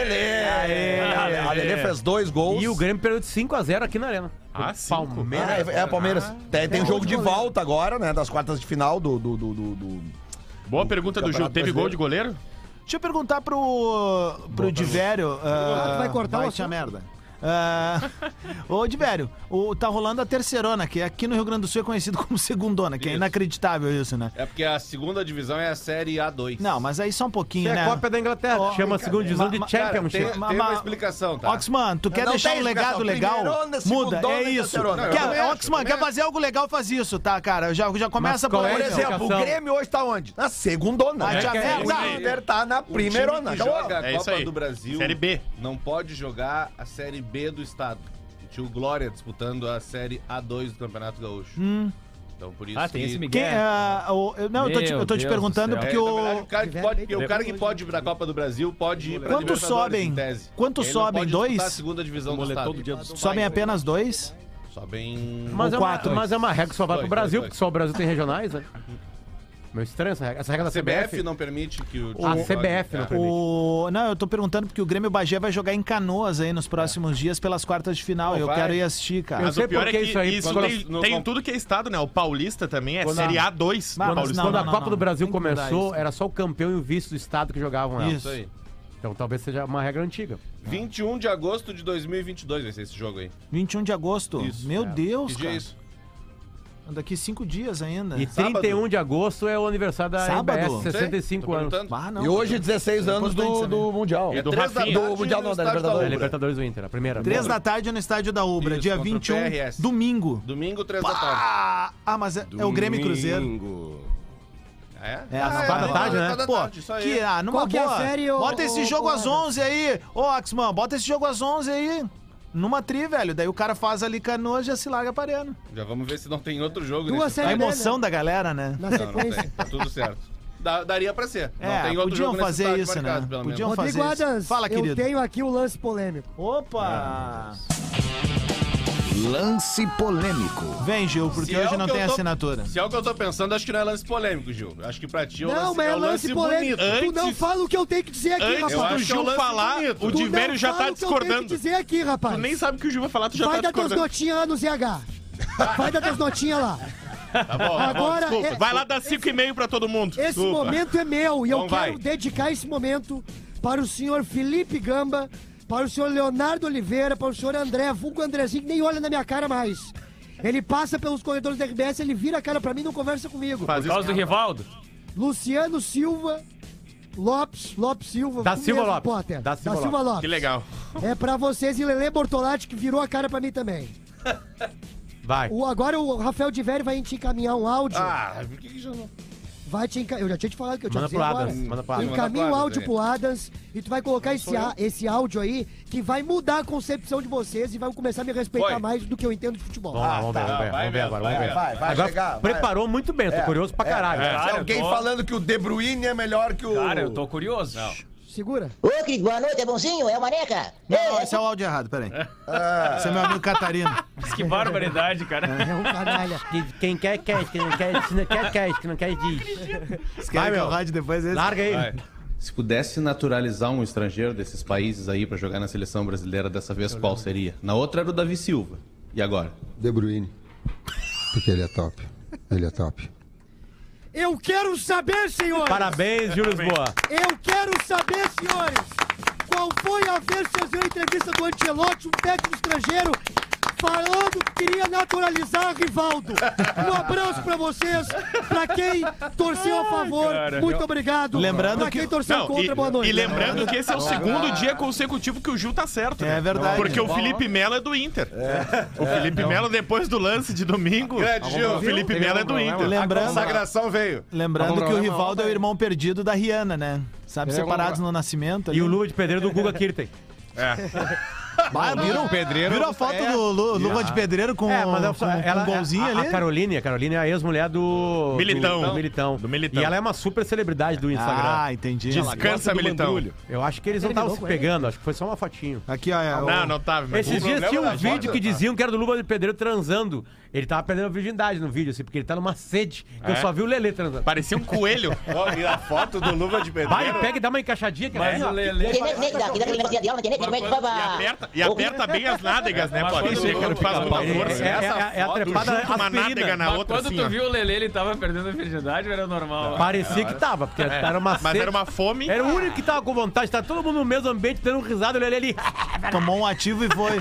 [SPEAKER 5] Lele! A Lele fez dois gols.
[SPEAKER 9] E o Grêmio perdeu de 5x0 aqui na Arena.
[SPEAKER 6] Ah, cinco.
[SPEAKER 5] Ah,
[SPEAKER 9] Palmeiras.
[SPEAKER 5] é, é, Palmeiras. tem tem jogo de volta agora, né? Das quartas de final do. do, do, do- do-
[SPEAKER 6] é. Boa pergunta do Gil.
[SPEAKER 5] Campeonato
[SPEAKER 6] Teve gol de
[SPEAKER 5] Brasileiro.
[SPEAKER 6] goleiro?
[SPEAKER 1] Deixa eu perguntar pro, pro Divério. ah,
[SPEAKER 4] tu vai cortar o
[SPEAKER 1] vai
[SPEAKER 4] assunto?
[SPEAKER 1] te a merda. Ah, ô, Divério, o, tá rolando a terceirona, que aqui no Rio Grande do Sul é conhecido como segundona, que é
[SPEAKER 7] Isso.
[SPEAKER 1] inacreditável isso, né?
[SPEAKER 7] É porque a segunda divisão é a Série A2.
[SPEAKER 1] Não, mas aí só um pouquinho,
[SPEAKER 9] É a
[SPEAKER 1] né?
[SPEAKER 9] Copa da Inglaterra,
[SPEAKER 1] Ó,
[SPEAKER 9] que chama a segunda divisão de
[SPEAKER 1] ma-
[SPEAKER 7] Cara,
[SPEAKER 9] Championship.
[SPEAKER 7] tem, tem
[SPEAKER 1] Mas-
[SPEAKER 7] uma
[SPEAKER 1] mas-
[SPEAKER 7] explicação, tá?
[SPEAKER 1] Oxman, tu quer
[SPEAKER 5] Não
[SPEAKER 1] deixar
[SPEAKER 5] tem É.
[SPEAKER 1] um legado legal?
[SPEAKER 5] explicação. Primeirona,
[SPEAKER 1] Muda,
[SPEAKER 5] segundona
[SPEAKER 1] é
[SPEAKER 5] e
[SPEAKER 1] isso.
[SPEAKER 5] terceirona.
[SPEAKER 1] Quer-
[SPEAKER 7] Eu também
[SPEAKER 3] é
[SPEAKER 7] acho,
[SPEAKER 1] Oxman,
[SPEAKER 7] também
[SPEAKER 1] quer
[SPEAKER 7] acho.
[SPEAKER 1] fazer algo legal, faz isso, tá, cara? Já, já começa
[SPEAKER 9] qual
[SPEAKER 1] por
[SPEAKER 9] é,
[SPEAKER 5] Por
[SPEAKER 1] aí.
[SPEAKER 9] então?
[SPEAKER 5] exemplo, o Grêmio hoje tá onde? Na segundona.
[SPEAKER 1] Vai
[SPEAKER 5] né?
[SPEAKER 1] te a merda.
[SPEAKER 5] O Inter tá na
[SPEAKER 7] O time
[SPEAKER 5] primeira.
[SPEAKER 7] que
[SPEAKER 5] Acabou.
[SPEAKER 7] joga a
[SPEAKER 6] É isso
[SPEAKER 7] Copa
[SPEAKER 6] aí.
[SPEAKER 7] do Brasil
[SPEAKER 6] Série B.
[SPEAKER 7] não pode jogar a Série B do estado. Tinha o Glória disputando a Série A2 do Campeonato Gaúcho. Então por isso
[SPEAKER 8] Ah, tem
[SPEAKER 7] que...
[SPEAKER 8] esse
[SPEAKER 1] Quem,
[SPEAKER 8] Miguel.
[SPEAKER 9] É.
[SPEAKER 1] ah, o- eu- não, eu tô te,
[SPEAKER 8] Meu
[SPEAKER 1] eu tô te
[SPEAKER 8] Deus
[SPEAKER 1] perguntando
[SPEAKER 8] do céu.
[SPEAKER 7] É,
[SPEAKER 1] porque
[SPEAKER 7] na
[SPEAKER 1] o.
[SPEAKER 7] verdade, o cara que pode, o cara que pode ir pra Copa do Brasil pode ir pra
[SPEAKER 1] Quanto
[SPEAKER 7] Libertadores,
[SPEAKER 1] sobem?
[SPEAKER 7] em tese.
[SPEAKER 1] Quanto
[SPEAKER 7] Ele não
[SPEAKER 1] sobem?
[SPEAKER 7] pode disputar
[SPEAKER 1] Dois?
[SPEAKER 7] a segunda divisão do estado.
[SPEAKER 1] Sobem é apenas dois.
[SPEAKER 7] Sobem...
[SPEAKER 9] Mas, é
[SPEAKER 1] Ou
[SPEAKER 9] uma,
[SPEAKER 1] quatro.
[SPEAKER 9] mas é uma regra que só vai pro
[SPEAKER 7] Dois,
[SPEAKER 9] Brasil,
[SPEAKER 7] dois, dois.
[SPEAKER 9] porque só o Brasil tem regionais, né? Meu estranho essa regra. Essa regra da
[SPEAKER 7] A CBF
[SPEAKER 9] CBF.
[SPEAKER 7] não permite que o...
[SPEAKER 9] A
[SPEAKER 7] time
[SPEAKER 9] CBF
[SPEAKER 7] jogue.
[SPEAKER 9] não
[SPEAKER 7] É.
[SPEAKER 9] permite.
[SPEAKER 1] O... Não, eu tô perguntando porque o Grêmio Bagé vai jogar em canoas aí nos próximos dias pelas quartas de final.
[SPEAKER 7] É. Pô,
[SPEAKER 1] eu
[SPEAKER 7] vai.
[SPEAKER 1] quero ir assistir, cara.
[SPEAKER 9] Eu
[SPEAKER 6] Mas
[SPEAKER 9] sei
[SPEAKER 6] o pior
[SPEAKER 9] por
[SPEAKER 6] é
[SPEAKER 9] que
[SPEAKER 6] que
[SPEAKER 9] isso
[SPEAKER 6] isso,
[SPEAKER 9] aí, quando
[SPEAKER 6] tem,
[SPEAKER 7] nós-
[SPEAKER 6] tem
[SPEAKER 7] nós-
[SPEAKER 6] tudo que é estado, né? O paulista também é
[SPEAKER 1] Quando
[SPEAKER 6] Série
[SPEAKER 1] a-
[SPEAKER 6] A2 do
[SPEAKER 1] Mas-
[SPEAKER 6] paulista.
[SPEAKER 1] não,
[SPEAKER 9] Quando a
[SPEAKER 1] não,
[SPEAKER 9] Copa
[SPEAKER 1] não.
[SPEAKER 9] do Brasil
[SPEAKER 1] Tem que mudar isso.
[SPEAKER 9] começou, era só o campeão e o vice do estado que jogavam ela.
[SPEAKER 1] Isso.
[SPEAKER 7] Isso aí.
[SPEAKER 9] Então talvez seja uma regra antiga.
[SPEAKER 7] 21 de agosto de 2022 vai ser esse jogo aí.
[SPEAKER 1] 21 de agosto.
[SPEAKER 7] Isso,
[SPEAKER 1] Meu Deus,
[SPEAKER 7] Que dia
[SPEAKER 1] cara.
[SPEAKER 7] é isso?
[SPEAKER 1] Daqui cinco dias ainda.
[SPEAKER 9] E
[SPEAKER 7] É Sábado.
[SPEAKER 9] 31 de agosto é o aniversário da
[SPEAKER 1] Sábado?
[SPEAKER 9] MBS,
[SPEAKER 7] Não sei,
[SPEAKER 9] 65
[SPEAKER 7] tô
[SPEAKER 9] anos.
[SPEAKER 7] perguntando.
[SPEAKER 1] Ah, não.
[SPEAKER 5] E hoje, 16 anos
[SPEAKER 1] importante
[SPEAKER 5] do,
[SPEAKER 1] também.
[SPEAKER 5] do Mundial.
[SPEAKER 7] É
[SPEAKER 6] do
[SPEAKER 7] três da
[SPEAKER 6] Rafinha.
[SPEAKER 7] tarde
[SPEAKER 5] Do Mundial
[SPEAKER 7] no
[SPEAKER 5] não, da
[SPEAKER 7] estádio
[SPEAKER 9] É,
[SPEAKER 5] Libertadores.
[SPEAKER 9] Libertadores do Inter, a primeira.
[SPEAKER 1] Três da tarde no estádio da Ubra,
[SPEAKER 7] é Isso,
[SPEAKER 1] dia
[SPEAKER 7] contra o
[SPEAKER 1] 21,
[SPEAKER 7] PRS.
[SPEAKER 1] domingo.
[SPEAKER 7] Domingo, 3 da tarde.
[SPEAKER 1] Pá! Ah, mas é, é o Grêmio e Cruzeiro.
[SPEAKER 7] É?
[SPEAKER 1] É, às
[SPEAKER 7] Ah,
[SPEAKER 1] quatro da
[SPEAKER 7] é,
[SPEAKER 9] tarde, né?
[SPEAKER 7] da
[SPEAKER 1] Pô,
[SPEAKER 7] tarde, isso aí.
[SPEAKER 1] que ah, numa
[SPEAKER 4] Qual que é a
[SPEAKER 1] boa.
[SPEAKER 4] série, ô-
[SPEAKER 1] bota esse
[SPEAKER 4] ô-
[SPEAKER 1] jogo
[SPEAKER 4] ô,
[SPEAKER 1] às
[SPEAKER 4] Rafa?
[SPEAKER 1] 11 aí. Ô, Axman, bota esse jogo às 11 aí. Numa tri, velho. Daí o cara faz ali canoa e já se larga parando.
[SPEAKER 7] Já vamos ver se não tem outro jogo.
[SPEAKER 4] Duas
[SPEAKER 7] nesse-
[SPEAKER 1] A
[SPEAKER 4] É,
[SPEAKER 1] emoção
[SPEAKER 4] né?
[SPEAKER 1] da galera, né?
[SPEAKER 4] Na
[SPEAKER 7] Não, não tem.
[SPEAKER 4] sequência.
[SPEAKER 7] Tá tudo certo. Dá- daria pra ser.
[SPEAKER 1] É,
[SPEAKER 7] não tem outro
[SPEAKER 1] podiam
[SPEAKER 7] jogo nesse
[SPEAKER 1] fazer
[SPEAKER 7] estádio
[SPEAKER 1] isso,
[SPEAKER 7] marcado,
[SPEAKER 1] né?
[SPEAKER 7] Pelo
[SPEAKER 1] Podiam
[SPEAKER 7] menos.
[SPEAKER 1] fazer
[SPEAKER 4] Rodrigo
[SPEAKER 1] isso.
[SPEAKER 4] Adams,
[SPEAKER 1] Fala,
[SPEAKER 4] eu
[SPEAKER 1] querido.
[SPEAKER 4] tenho aqui o lance polêmico.
[SPEAKER 1] Opa!
[SPEAKER 11] Lance polêmico.
[SPEAKER 1] Vem, Gil, porque
[SPEAKER 7] Se é
[SPEAKER 1] hoje
[SPEAKER 7] o
[SPEAKER 1] não
[SPEAKER 7] que eu
[SPEAKER 1] tem
[SPEAKER 7] tô-
[SPEAKER 1] assinatura.
[SPEAKER 7] Se é o que eu tô pensando, acho que não é lance polêmico, Gil. Acho que pra ti é o
[SPEAKER 4] Não,
[SPEAKER 7] lance,
[SPEAKER 4] mas é lance polêmico. Tu
[SPEAKER 7] bonito.
[SPEAKER 4] não fala o que eu tenho que dizer aqui,
[SPEAKER 6] Antes
[SPEAKER 7] eu
[SPEAKER 6] do
[SPEAKER 4] rapaz.
[SPEAKER 7] acho que é um
[SPEAKER 6] Gil
[SPEAKER 7] lance
[SPEAKER 6] falar,
[SPEAKER 7] bonito.
[SPEAKER 6] o
[SPEAKER 4] Tu não
[SPEAKER 6] Diverio já
[SPEAKER 4] fala
[SPEAKER 6] tá
[SPEAKER 4] o que eu tenho
[SPEAKER 6] discordando.
[SPEAKER 4] que dizer aqui, rapaz.
[SPEAKER 6] Tu nem sabe o que o Gil vai falar, tu já
[SPEAKER 4] Vai
[SPEAKER 6] tá
[SPEAKER 4] dar tuas
[SPEAKER 6] discordando.
[SPEAKER 4] notinhas lá no ZH. Vai dar tuas notinhas lá.
[SPEAKER 7] Tá bom, tá bom,
[SPEAKER 4] Agora,
[SPEAKER 7] desculpa.
[SPEAKER 4] é-
[SPEAKER 6] Vai lá dar 5,5 pra todo mundo.
[SPEAKER 4] Esse
[SPEAKER 6] Desculpa.
[SPEAKER 4] momento é meu e eu
[SPEAKER 6] Então
[SPEAKER 4] quero
[SPEAKER 6] vai.
[SPEAKER 4] dedicar esse momento para o senhor Felipe Gamba, para o senhor Leonardo Oliveira, para o senhor André, vulgo Andrezinho, que nem olha na minha cara mais. Ele passa pelos corredores da RBS, ele vira a cara pra mim e não conversa comigo.
[SPEAKER 8] Por causa do Rivaldo?
[SPEAKER 4] Luciano Silva Lopes, Lopes Silva.
[SPEAKER 9] Da
[SPEAKER 4] o
[SPEAKER 9] Silva
[SPEAKER 4] mesmo
[SPEAKER 9] Lopes.
[SPEAKER 4] Potter.
[SPEAKER 9] Da
[SPEAKER 4] Da
[SPEAKER 9] Silva
[SPEAKER 4] Silva,
[SPEAKER 9] Lopes.
[SPEAKER 4] Lopes.
[SPEAKER 6] Que legal.
[SPEAKER 4] É pra vocês e Lele Bortolatti, que virou a cara pra mim também.
[SPEAKER 9] Vai.
[SPEAKER 4] O, agora o Rafael Diveri vai te encaminhar um áudio.
[SPEAKER 7] Ah, por que que já não...
[SPEAKER 4] Vai te enca... Eu já tinha te falado que eu tinha
[SPEAKER 9] Manda
[SPEAKER 4] dizer
[SPEAKER 9] pro
[SPEAKER 4] agora.
[SPEAKER 9] Adams, manda pro Adams.
[SPEAKER 7] Manda pro
[SPEAKER 4] Encaminha o
[SPEAKER 7] Adams
[SPEAKER 4] áudio
[SPEAKER 7] aí.
[SPEAKER 4] pro Adams e tu vai colocar esse, a- esse áudio aí que vai mudar a concepção de vocês e vai começar a me respeitar
[SPEAKER 7] Foi.
[SPEAKER 4] mais do que eu entendo de futebol.
[SPEAKER 9] Vamos lá, vamos ver, vamos ver,
[SPEAKER 7] Tá, vai
[SPEAKER 9] vamos ver
[SPEAKER 7] mesmo,
[SPEAKER 9] agora,
[SPEAKER 7] vai
[SPEAKER 9] vamos ver.
[SPEAKER 7] mesmo.
[SPEAKER 5] Vai, vai
[SPEAKER 9] Agora
[SPEAKER 5] chegar. vai.
[SPEAKER 9] preparou muito bem, tô
[SPEAKER 5] É,
[SPEAKER 9] curioso pra
[SPEAKER 5] é,
[SPEAKER 9] caralho.
[SPEAKER 5] é. Se
[SPEAKER 8] Cara,
[SPEAKER 5] alguém
[SPEAKER 8] eu tô-
[SPEAKER 5] falando que o De Bruyne é melhor que o.
[SPEAKER 8] Cara, eu tô curioso.
[SPEAKER 4] Segura.
[SPEAKER 12] Ô, Cris, boa noite, é bonzinho? É o Maneca? Ei,
[SPEAKER 1] Não, esse é o áudio errado, peraí. Esse é meu amigo Catarino.
[SPEAKER 8] Mas que barbaridade, cara.
[SPEAKER 4] É um canalha.
[SPEAKER 9] Que- Quem quer, quer. Quem não quer, se não quer, quer. Se não quer, diz.
[SPEAKER 1] Vocês
[SPEAKER 9] Vai,
[SPEAKER 1] querem que
[SPEAKER 9] meu.
[SPEAKER 1] eu rode depois é esse?
[SPEAKER 9] Larga aí.
[SPEAKER 7] Se pudesse naturalizar um estrangeiro desses países aí pra jogar na seleção brasileira dessa vez, qual seria? Na outra era o Davi Silva. E agora?
[SPEAKER 13] De Bruyne. Porque ele é top. Ele é top.
[SPEAKER 4] Eu quero saber, senhores!
[SPEAKER 9] Parabéns, Júlio Lisboa.
[SPEAKER 4] Eu quero saber, senhores, qual foi a vez que vocês viram a entrevista do Ancelotti, um técnico estrangeiro, falando que queria naturalizar Rivaldo. Um abraço pra vocês, pra quem torceu a favor, muito obrigado.
[SPEAKER 1] Lembrando
[SPEAKER 4] pra
[SPEAKER 1] que-
[SPEAKER 4] quem torceu
[SPEAKER 6] Não,
[SPEAKER 4] contra,
[SPEAKER 6] e,
[SPEAKER 4] boa noite.
[SPEAKER 6] e lembrando que esse é o segundo dia consecutivo que o Gil tá certo. né?
[SPEAKER 1] É verdade.
[SPEAKER 6] Porque o Felipe Melo é do Inter. O Felipe Melo, depois do lance de domingo,
[SPEAKER 7] Grande, Gil.
[SPEAKER 6] o Felipe Melo é do Inter.
[SPEAKER 7] A
[SPEAKER 1] Lembrando,
[SPEAKER 7] consagração veio.
[SPEAKER 1] lembrando que o Rivaldo é o irmão perdido da Rihanna, né? Sabe, separados no nascimento. ali.
[SPEAKER 9] E o Luva de Pedreiro do Guga Kirten.
[SPEAKER 1] Bah, viram,
[SPEAKER 3] Pedreiro-
[SPEAKER 1] viram a foto do Lu, Luva de Pedreiro com,
[SPEAKER 9] É, mas ela,
[SPEAKER 1] com,
[SPEAKER 9] ela-
[SPEAKER 1] com um golzinho
[SPEAKER 9] a,
[SPEAKER 1] ali?
[SPEAKER 9] A Caroline, a Caroline é a ex-mulher do
[SPEAKER 6] Militão.
[SPEAKER 9] do militão.
[SPEAKER 6] Do Militão.
[SPEAKER 9] E ela é uma super celebridade do Instagram.
[SPEAKER 1] Ah, é entendi.
[SPEAKER 6] Descansa, Militão.
[SPEAKER 9] Eu acho que eles não estavam se pegando, acho que foi só uma fotinho.
[SPEAKER 1] Aqui, ó. é o-
[SPEAKER 6] Não, não tava. mas- é
[SPEAKER 9] Esses
[SPEAKER 7] o
[SPEAKER 9] dias
[SPEAKER 7] problema
[SPEAKER 9] tinha
[SPEAKER 7] da
[SPEAKER 9] um
[SPEAKER 7] foto-
[SPEAKER 9] vídeo que diziam que era do Luva de Pedreiro transando. Ele tava perdendo a virgindade no vídeo, assim, porque ele tá numa sede. que Eu
[SPEAKER 6] É?
[SPEAKER 9] só vi o Lelê transando.
[SPEAKER 6] Parecia um coelho.
[SPEAKER 7] Ó, e a foto do Luva de
[SPEAKER 6] Ah,
[SPEAKER 7] Pedreiro.
[SPEAKER 6] é?
[SPEAKER 9] Vai, pega e dá uma encaixadinha. Que é,
[SPEAKER 8] Mas o Lele.
[SPEAKER 12] que nem que nem que dá, que dá aquele negocinho de aula na internet, como é que vai
[SPEAKER 6] E aperta, e aperta bem as nádegas, né?
[SPEAKER 8] Mas
[SPEAKER 6] Pode
[SPEAKER 8] quando
[SPEAKER 6] ser que
[SPEAKER 8] o-
[SPEAKER 6] ele faz né? uma
[SPEAKER 9] é,
[SPEAKER 6] força.
[SPEAKER 9] é, é, é a trepada
[SPEAKER 6] Junta uma nádega
[SPEAKER 9] aspirina.
[SPEAKER 6] na
[SPEAKER 8] Mas
[SPEAKER 6] outra,
[SPEAKER 8] quando
[SPEAKER 6] assim,
[SPEAKER 8] tu
[SPEAKER 6] ó.
[SPEAKER 8] viu o Lele, ele tava perdendo a virgindade, ou era normal.
[SPEAKER 9] Parecia que tava, porque era uma
[SPEAKER 6] É. Mas
[SPEAKER 9] sede.
[SPEAKER 6] era uma fome.
[SPEAKER 9] Era o único que tava com vontade, tá todo mundo no mesmo ambiente, dando um risado, o Lelê ali.
[SPEAKER 1] Tomou um ativo e foi.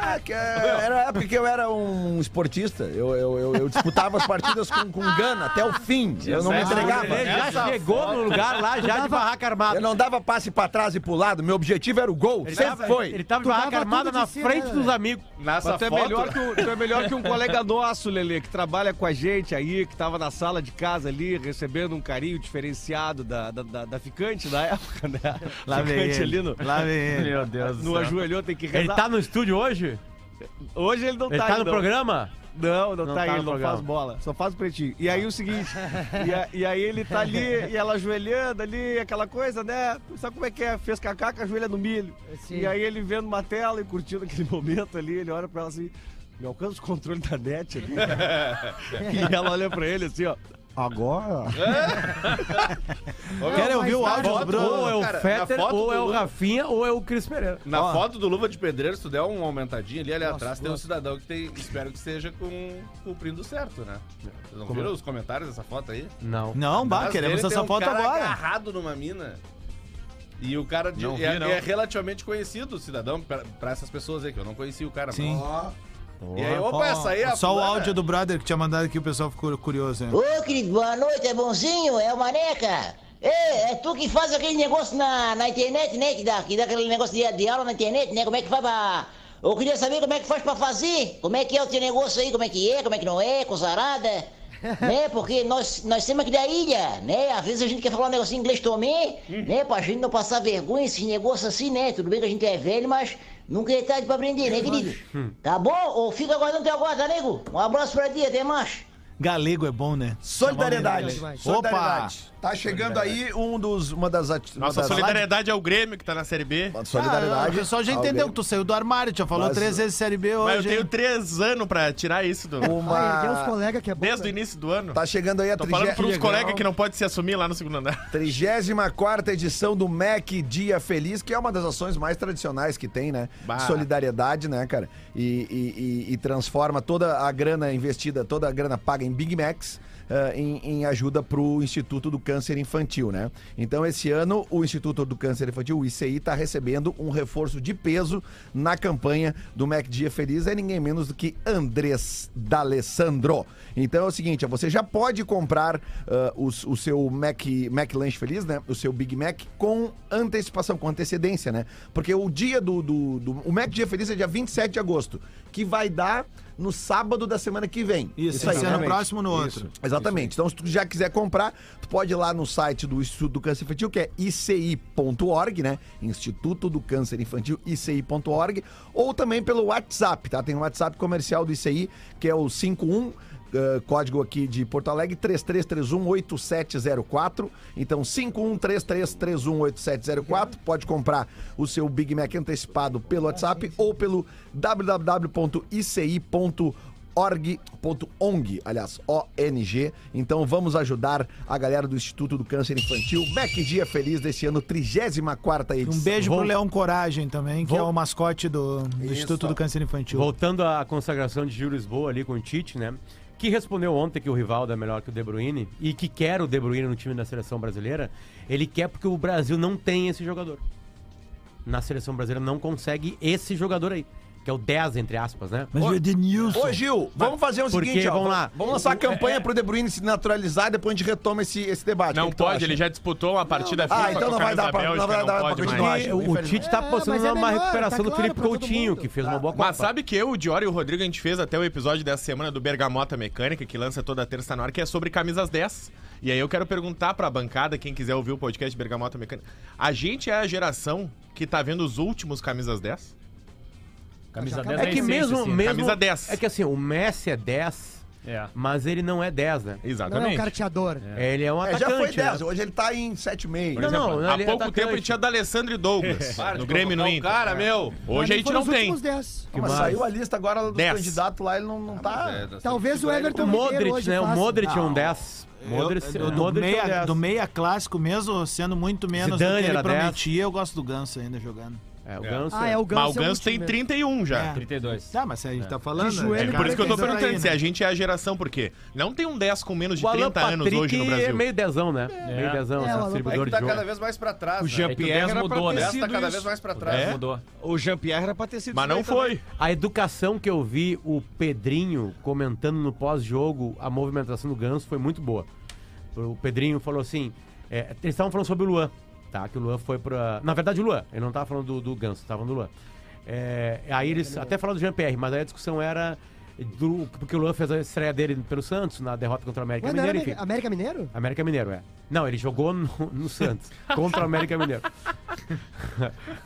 [SPEAKER 5] Ah, que é- era a época que eu era um esportista. Eu, eu, eu, eu disputava as partidas com, com gana até o fim. Eu não me
[SPEAKER 9] Ah,
[SPEAKER 5] entregava.
[SPEAKER 9] o Lelê já chegou no lugar lá, já de barraca armada.
[SPEAKER 5] Eu não dava passe pra trás e pro lado. Meu objetivo era o gol.
[SPEAKER 9] Ele
[SPEAKER 5] Sempre
[SPEAKER 9] tava,
[SPEAKER 5] foi.
[SPEAKER 9] Ele tava de
[SPEAKER 4] Tu
[SPEAKER 9] barraca
[SPEAKER 4] dava
[SPEAKER 9] armada
[SPEAKER 4] tudo
[SPEAKER 9] na
[SPEAKER 4] de si,
[SPEAKER 9] frente
[SPEAKER 4] né,
[SPEAKER 9] dos
[SPEAKER 4] velho?
[SPEAKER 9] amigos.
[SPEAKER 7] Nessa
[SPEAKER 3] Mas tu é,
[SPEAKER 7] foto-
[SPEAKER 3] melhor que o- tu é melhor que um colega nosso, Lelê, que trabalha com a gente aí, que tava na sala de casa ali, recebendo um carinho diferenciado da, da, da- da ficante na época, né?
[SPEAKER 1] Lá vem
[SPEAKER 3] ficante ali
[SPEAKER 1] ele.
[SPEAKER 3] no,
[SPEAKER 1] Lá vem ele.
[SPEAKER 8] Meu Deus
[SPEAKER 3] no
[SPEAKER 8] do céu.
[SPEAKER 3] ajoelhou, tem que rezar.
[SPEAKER 9] Ele tá no estúdio hoje?
[SPEAKER 3] Hoje ele não
[SPEAKER 9] Ele
[SPEAKER 3] tá
[SPEAKER 9] tá
[SPEAKER 3] aí,
[SPEAKER 9] no
[SPEAKER 3] não.
[SPEAKER 9] programa?
[SPEAKER 3] Não, não,
[SPEAKER 9] Não tá
[SPEAKER 3] tá, aí,
[SPEAKER 9] no
[SPEAKER 3] ele não
[SPEAKER 9] programa.
[SPEAKER 3] faz bola, só faz pretinho. E aí o seguinte, e, a- e aí ele tá ali, e ela ajoelhando ali, aquela coisa, né? Sabe como é que é? Fez cacaca, ajoelha no milho.
[SPEAKER 9] É,
[SPEAKER 4] Sim.
[SPEAKER 3] E aí ele vendo uma tela e curtindo aquele momento ali, ele olha pra ela assim, me alcança o controle da net ali. e ela olha pra ele assim, ó.
[SPEAKER 5] Agora.
[SPEAKER 7] Ô, meu,
[SPEAKER 1] Querem ouvir o áudio do
[SPEAKER 9] ou é
[SPEAKER 1] Bruno?
[SPEAKER 9] o
[SPEAKER 7] cara,
[SPEAKER 9] Fetter,
[SPEAKER 7] na foto
[SPEAKER 9] ou
[SPEAKER 7] do
[SPEAKER 9] é o
[SPEAKER 7] Lula.
[SPEAKER 9] Rafinha, ou é o Cris Pereira.
[SPEAKER 7] Na foto do Luva de Pedreiro, se tu der uma aumentadinha ali, ali atrás, tem um cidadão que tem. Espero que seja com, cumprindo certo, né? Vocês não viram os comentários dessa foto aí?
[SPEAKER 9] Não.
[SPEAKER 1] Não, bah,
[SPEAKER 7] Atrás
[SPEAKER 1] Ah, queremos
[SPEAKER 7] dele
[SPEAKER 1] essa
[SPEAKER 7] tem um
[SPEAKER 1] foto
[SPEAKER 7] cara
[SPEAKER 1] agora.
[SPEAKER 7] agarrado numa mina. E o cara de- é, é relativamente conhecido, o cidadão, pra, pra essas pessoas aí, que eu não conhecia o cara. mas-
[SPEAKER 1] Sim.
[SPEAKER 7] E aí, opa, essa aí é a
[SPEAKER 1] Só o
[SPEAKER 7] fulana.
[SPEAKER 1] áudio do brother que tinha mandado aqui, o pessoal ficou curioso. Hein?
[SPEAKER 12] Ô, Cris, boa noite, é bonzinho? É o Maneca? Ei, é tu que faz aquele negócio na, na internet, né? Que dá, que dá aquele negócio de, de aula na internet, né? Como é que faz pra... Eu queria saber como é que faz pra fazer. Como é que é o teu negócio aí, como é que é, como é que não é, com sarada. né? Porque nós, nós temos aqui da ilha, né? Às vezes a gente quer falar um negocinho em inglês também,
[SPEAKER 6] Hum.
[SPEAKER 12] né? Pra gente não passar vergonha, esses negócios assim, né? Tudo bem que a gente é velho, mas nunca é tarde pra aprender, né, querido? Tá bom? Ou fica aguardando teu guarda, nego? Um abraço pra ti, até mais.
[SPEAKER 1] Galego é bom, né?
[SPEAKER 5] Solidariedade.
[SPEAKER 1] Solidariedade.
[SPEAKER 5] Opa! Tá chegando aí um dos, uma das atitudes.
[SPEAKER 6] Nossa solidariedade é o Grêmio que tá na Série B.
[SPEAKER 1] Ah, o
[SPEAKER 5] Solidariedade.
[SPEAKER 1] pessoal já
[SPEAKER 5] ao
[SPEAKER 1] entendeu
[SPEAKER 5] Grêmio.
[SPEAKER 1] que tu saiu do armário, já falou
[SPEAKER 5] Mas-
[SPEAKER 1] três vezes Série B hoje.
[SPEAKER 6] Mas eu tenho
[SPEAKER 1] hein?
[SPEAKER 6] três anos pra tirar isso do...
[SPEAKER 5] Uma-
[SPEAKER 4] Tem uns colegas que é bom.
[SPEAKER 6] Desde o
[SPEAKER 4] né?
[SPEAKER 6] início do ano.
[SPEAKER 5] Tá chegando aí a
[SPEAKER 6] Tô falando para uns
[SPEAKER 5] trigé-
[SPEAKER 6] colegas que não pode se assumir lá no segundo andar.
[SPEAKER 5] 34ª edição do MEC Dia Feliz, que é uma das ações mais tradicionais que tem, né?
[SPEAKER 6] Bah.
[SPEAKER 5] Solidariedade, né, cara? E, e- e- e transforma toda a grana investida, toda a grana paga em Big Macs. eh, em, em ajuda pro Instituto do Câncer Infantil, né? Então, esse ano, o Instituto do Câncer Infantil, o ICI, tá recebendo um reforço de peso na campanha do Mac Dia Feliz. É ninguém menos do que Andrés D'Alessandro. Então, é o seguinte, ó, você já pode comprar ah, os- o, seu Mac, Mac Lanche Feliz, né? O seu Big Mac com antecipação, com antecedência, né? Porque o dia do, do, do- O Mac Dia Feliz é dia 27 de agosto, que vai dar no sábado da semana que vem.
[SPEAKER 1] Isso,
[SPEAKER 5] aí,
[SPEAKER 1] esse ano
[SPEAKER 5] né?
[SPEAKER 1] próximo no outro.
[SPEAKER 5] Exatamente. Então, se tu já quiser comprar, tu pode ir lá no site do Instituto do Câncer Infantil, que é ici.org, né? Instituto do Câncer Infantil, ici.org, ou também pelo WhatsApp, tá? Tem o WhatsApp comercial do ICI, que é o 51 eh, código aqui de Porto Alegre, 3331-8704. Então, 5133318704. Pode comprar o seu Big Mac antecipado pelo WhatsApp ou pelo www.ici.org org.ong, aliás, ONG. Então vamos ajudar a galera do Instituto do Câncer Infantil. Mac Dia Feliz desse ano, 34ª edição.
[SPEAKER 1] Um beijo
[SPEAKER 9] Vou-
[SPEAKER 1] pro Leão Coragem também, que
[SPEAKER 9] Vou-
[SPEAKER 1] é o mascote do, do Instituto do Câncer Infantil.
[SPEAKER 9] Voltando à consagração de Gil Lisboa ali com o Tite, né? Que respondeu ontem que o Rivaldo é melhor que o De Bruyne e que quer o De Bruyne no time da seleção brasileira. Ele quer porque o Brasil não tem esse jogador. Na seleção brasileira não consegue esse jogador aí, que é o 10, entre aspas, né?
[SPEAKER 1] Mas o Edenilson.
[SPEAKER 5] Ô Gil, vamos fazer o
[SPEAKER 9] Porque,
[SPEAKER 5] seguinte, ó,
[SPEAKER 9] vamos lá.
[SPEAKER 5] Vamos lançar a
[SPEAKER 9] O-
[SPEAKER 5] campanha
[SPEAKER 9] é-
[SPEAKER 5] pro De Bruyne se naturalizar, depois a gente retoma esse, esse debate.
[SPEAKER 6] Não
[SPEAKER 5] O que que tu
[SPEAKER 6] pode,
[SPEAKER 5] acha?
[SPEAKER 6] ele já disputou uma partida
[SPEAKER 5] Ah,
[SPEAKER 6] FIFA
[SPEAKER 5] então
[SPEAKER 6] com
[SPEAKER 5] não
[SPEAKER 6] o
[SPEAKER 5] vai
[SPEAKER 6] Carlos
[SPEAKER 5] dar pra-
[SPEAKER 6] da Bélgica,
[SPEAKER 5] não vai dar pra
[SPEAKER 6] pode
[SPEAKER 5] continuar,
[SPEAKER 6] mais.
[SPEAKER 5] acho,
[SPEAKER 9] o
[SPEAKER 5] infelizmente.
[SPEAKER 9] Tite tá
[SPEAKER 4] É,
[SPEAKER 9] postando
[SPEAKER 4] mas é
[SPEAKER 9] uma
[SPEAKER 4] melhor,
[SPEAKER 9] recuperação
[SPEAKER 4] tá
[SPEAKER 9] do
[SPEAKER 4] claro
[SPEAKER 9] Felipe
[SPEAKER 4] pra todo
[SPEAKER 9] Coutinho,
[SPEAKER 4] mundo. Tá.
[SPEAKER 9] que fez uma boa Copa.
[SPEAKER 6] Mas sabe que eu, o Dior e o Rodrigo, a gente fez até o episódio dessa semana do Bergamota Mecânica, que lança toda terça no ar, que é sobre camisas 10. E aí eu quero perguntar pra bancada, quem quiser ouvir o podcast Bergamota Mecânica, a gente é a geração que tá vendo os últimos camisas 10?
[SPEAKER 8] Camisa
[SPEAKER 4] É
[SPEAKER 8] 10
[SPEAKER 9] É que mesmo, mesmo.
[SPEAKER 6] Camisa 10.
[SPEAKER 9] É que assim, o Messi é 10,
[SPEAKER 8] É.
[SPEAKER 9] mas ele não é 10, né?
[SPEAKER 4] Não é um
[SPEAKER 6] Exatamente.
[SPEAKER 4] carteador.
[SPEAKER 9] Ele é um
[SPEAKER 5] É,
[SPEAKER 9] atacante.
[SPEAKER 5] já foi
[SPEAKER 9] né?
[SPEAKER 5] 10, hoje ele tá em 7,5.
[SPEAKER 6] Por
[SPEAKER 9] Não,
[SPEAKER 6] exemplo,
[SPEAKER 9] não,
[SPEAKER 6] há
[SPEAKER 9] ele é
[SPEAKER 6] pouco
[SPEAKER 9] atacante.
[SPEAKER 6] tempo a gente tinha D'Alessandro e
[SPEAKER 8] É.
[SPEAKER 6] Douglas
[SPEAKER 7] É. Para de
[SPEAKER 6] no Grêmio e no
[SPEAKER 7] provocar o
[SPEAKER 6] Inter. É.
[SPEAKER 7] cara, meu.
[SPEAKER 6] Hoje a gente
[SPEAKER 4] Foram
[SPEAKER 6] não
[SPEAKER 4] os
[SPEAKER 6] tem.
[SPEAKER 4] últimos 10.
[SPEAKER 9] Que
[SPEAKER 5] mas
[SPEAKER 9] mais?
[SPEAKER 5] saiu a lista agora do
[SPEAKER 6] Dez.
[SPEAKER 5] candidato lá, ele não,
[SPEAKER 6] Ah,
[SPEAKER 5] não tá...
[SPEAKER 6] é,
[SPEAKER 4] Talvez
[SPEAKER 14] é.
[SPEAKER 4] o Everton
[SPEAKER 9] O
[SPEAKER 4] Ribeiro
[SPEAKER 9] Modric,
[SPEAKER 4] hoje
[SPEAKER 9] né? O
[SPEAKER 4] faça. Ah,
[SPEAKER 9] Modric é um
[SPEAKER 1] Não.
[SPEAKER 9] 10. Modric,
[SPEAKER 1] Eu- do,
[SPEAKER 9] Modric é um
[SPEAKER 1] meia,
[SPEAKER 9] 10.
[SPEAKER 1] do meia clássico mesmo, sendo muito menos
[SPEAKER 9] Zidane
[SPEAKER 1] do que ele
[SPEAKER 9] era 10.
[SPEAKER 1] prometia, eu gosto do Ganso ainda jogando.
[SPEAKER 9] É, o Ganso. é
[SPEAKER 4] Ah, é o Ganso.
[SPEAKER 6] Mas o
[SPEAKER 4] é um
[SPEAKER 6] Ganso tem
[SPEAKER 4] time.
[SPEAKER 6] 31 já.
[SPEAKER 8] 32.
[SPEAKER 1] Tá, mas se a gente tá falando...
[SPEAKER 4] De
[SPEAKER 1] né,
[SPEAKER 4] joelho,
[SPEAKER 6] É
[SPEAKER 1] cara,
[SPEAKER 6] por isso que eu tô
[SPEAKER 1] tá aí,
[SPEAKER 6] perguntando se
[SPEAKER 1] né?
[SPEAKER 6] a gente é a geração, porque não tem um 10 com menos de
[SPEAKER 9] O Alan
[SPEAKER 6] 30 anos hoje no
[SPEAKER 9] Patrick é
[SPEAKER 6] Brasil.
[SPEAKER 9] meio dezão, né? Meio dezão,
[SPEAKER 4] É, o
[SPEAKER 9] esse
[SPEAKER 4] Alan
[SPEAKER 7] É
[SPEAKER 9] distribuidor
[SPEAKER 7] que
[SPEAKER 9] de
[SPEAKER 7] tá
[SPEAKER 9] jogo.
[SPEAKER 7] cada vez mais pra trás,
[SPEAKER 10] O
[SPEAKER 8] É
[SPEAKER 7] né?
[SPEAKER 8] que o
[SPEAKER 10] Jean-Pierre
[SPEAKER 8] 10
[SPEAKER 10] era pra
[SPEAKER 8] mudou,
[SPEAKER 10] ter
[SPEAKER 8] né?
[SPEAKER 7] O 10 tá
[SPEAKER 10] sido
[SPEAKER 7] cada
[SPEAKER 10] isso.
[SPEAKER 7] vez mais pra
[SPEAKER 8] O
[SPEAKER 6] É,
[SPEAKER 8] 10
[SPEAKER 7] trás.
[SPEAKER 8] mudou.
[SPEAKER 10] O Jean-Pierre era pra ter sido
[SPEAKER 6] Mas
[SPEAKER 10] isso
[SPEAKER 6] não
[SPEAKER 10] aí
[SPEAKER 6] foi.
[SPEAKER 9] A educação que eu vi o Pedrinho comentando no pós-jogo a movimentação do Ganso foi muito boa. O Pedrinho falou assim: é, eles estavam falando sobre o Luan, tá? Que o Luan foi pra. Na verdade, o Luan, ele não tava falando do, do Ganso, tava falando do Luan. É, aí eles até falaram do Jean-Pierre, mas aí a discussão era. do- porque o Luan fez a estreia dele pelo Santos na derrota contra o América
[SPEAKER 4] Ué, não era
[SPEAKER 9] Mineiro,
[SPEAKER 4] América-
[SPEAKER 9] enfim.
[SPEAKER 4] América Mineiro?
[SPEAKER 9] América Mineiro, é. Não, ele jogou no, no Santos, contra o América Mineiro.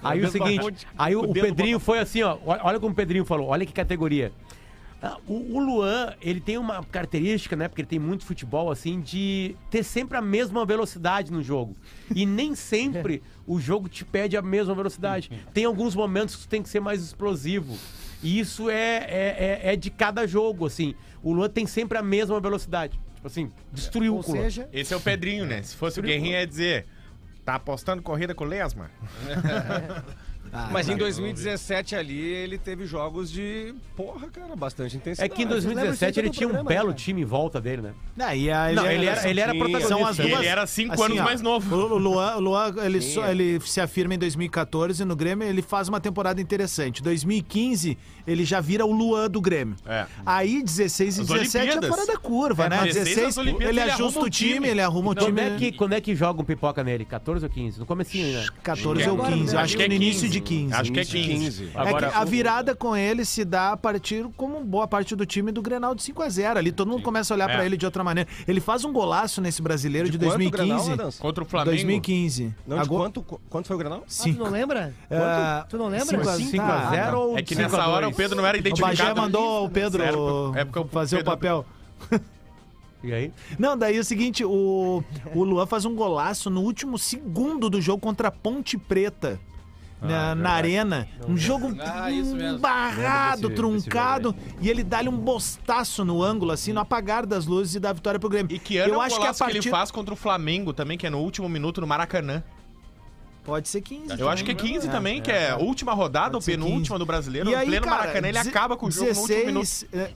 [SPEAKER 9] aí o seguinte, aí o, o Pedrinho foi assim, ó. ó- Olha como o Pedrinho falou, olha que categoria. Ah, O, o Luan, ele tem uma característica, né? Porque ele tem muito futebol, assim, de ter sempre a mesma velocidade no jogo. E nem sempre o jogo te pede a mesma velocidade. Tem alguns momentos que tu tem que ser mais explosivo. E isso é, é, é- é de cada jogo, assim. O Luan tem sempre a mesma velocidade. Tipo assim, destruiu
[SPEAKER 4] Ou
[SPEAKER 9] o Luan.
[SPEAKER 4] seja,
[SPEAKER 6] Esse é o Pedrinho, né? Se fosse o Guerrinho, ia dizer: tá apostando corrida com o Lesma?
[SPEAKER 10] Mas em 2017 ali ele teve jogos de porra, cara, bastante
[SPEAKER 9] É
[SPEAKER 10] intensidade.
[SPEAKER 9] que em
[SPEAKER 4] Eu lembro
[SPEAKER 9] 2017 ele
[SPEAKER 4] disso
[SPEAKER 9] tinha um
[SPEAKER 4] do
[SPEAKER 9] belo
[SPEAKER 4] programa,
[SPEAKER 9] time em volta dele, né?
[SPEAKER 1] Não, e a- assim,
[SPEAKER 9] Não, ele era- ele era
[SPEAKER 1] São
[SPEAKER 9] protagonista.
[SPEAKER 1] as
[SPEAKER 6] E
[SPEAKER 1] duas-
[SPEAKER 6] ele era cinco
[SPEAKER 1] assim,
[SPEAKER 6] anos
[SPEAKER 1] ó,
[SPEAKER 6] mais novo.
[SPEAKER 1] O Luan, o Luan ele, só- ele se afirma em 2014 no Grêmio, ele faz uma temporada interessante. 2015, ele já vira o Luan do Grêmio.
[SPEAKER 6] É.
[SPEAKER 1] Aí 16 e
[SPEAKER 6] As
[SPEAKER 1] 17 é
[SPEAKER 6] Olimpíadas.
[SPEAKER 1] fora da curva,
[SPEAKER 6] É,
[SPEAKER 1] né?
[SPEAKER 6] mas 16 as
[SPEAKER 1] 16,
[SPEAKER 6] Olimpíadas,
[SPEAKER 1] ele
[SPEAKER 6] ele
[SPEAKER 1] ajusta
[SPEAKER 6] arruma
[SPEAKER 1] o
[SPEAKER 6] um
[SPEAKER 1] time,
[SPEAKER 6] time.
[SPEAKER 1] ele arruma o
[SPEAKER 9] Quando
[SPEAKER 1] time.
[SPEAKER 9] é, que, quando é que joga um pipoca nele? 14 ou 15? No comecinho, né?
[SPEAKER 1] 14 ou 15, acho que é no início de 15.
[SPEAKER 6] Acho que é 15.
[SPEAKER 10] Ah,
[SPEAKER 8] Agora,
[SPEAKER 1] é que a
[SPEAKER 8] o-
[SPEAKER 1] virada com ele se dá a partir, como boa parte do time, do Grenal de 5x0. Ali todo mundo começa a olhar
[SPEAKER 6] É.
[SPEAKER 1] pra ele de outra maneira. Ele faz um golaço nesse brasileiro de,
[SPEAKER 10] Quanto o
[SPEAKER 1] 2015.
[SPEAKER 10] Grenal, Adams?
[SPEAKER 6] Contra o Flamengo.
[SPEAKER 1] 2015.
[SPEAKER 10] Não, de quanto, quanto foi o Granal?
[SPEAKER 4] Ah, tu
[SPEAKER 1] Sim.
[SPEAKER 4] não lembra?
[SPEAKER 1] Ah,
[SPEAKER 4] Tu não lembra? tá,
[SPEAKER 9] 5x0 ou
[SPEAKER 6] É que nessa hora o Pedro não era
[SPEAKER 1] O Bagé
[SPEAKER 6] identificado.
[SPEAKER 1] mandou o Pedro
[SPEAKER 6] Certo. É porque o
[SPEAKER 1] fazer
[SPEAKER 6] Pedro-
[SPEAKER 1] o papel.
[SPEAKER 9] E aí?
[SPEAKER 1] Não, daí é o seguinte, o, o Luan faz um golaço no último segundo do jogo contra a Ponte Preta.
[SPEAKER 6] Ah,
[SPEAKER 1] né,
[SPEAKER 6] é
[SPEAKER 1] Na, na arena, um jogo
[SPEAKER 7] Ah, isso mesmo.
[SPEAKER 1] barrado,
[SPEAKER 8] Lembro desse-
[SPEAKER 1] truncado, e ele dá-lhe um bostaço no ângulo, assim, no apagar das luzes e dá a vitória pro Grêmio.
[SPEAKER 6] E que ano é
[SPEAKER 1] Eu acho que a
[SPEAKER 6] golaço que
[SPEAKER 1] partir...
[SPEAKER 6] ele faz contra o Flamengo também, que é no último minuto no Maracanã.
[SPEAKER 1] Pode ser 15.
[SPEAKER 6] Eu acho que é 15 também, que é, última rodada ou
[SPEAKER 1] Pode ser
[SPEAKER 6] penúltima
[SPEAKER 1] 15.
[SPEAKER 6] do brasileiro.
[SPEAKER 1] E
[SPEAKER 6] no
[SPEAKER 1] aí,
[SPEAKER 6] pleno
[SPEAKER 1] cara,
[SPEAKER 6] Maracanã, ele
[SPEAKER 1] deze-
[SPEAKER 6] acaba com o jogo no último minuto.
[SPEAKER 1] 16, é,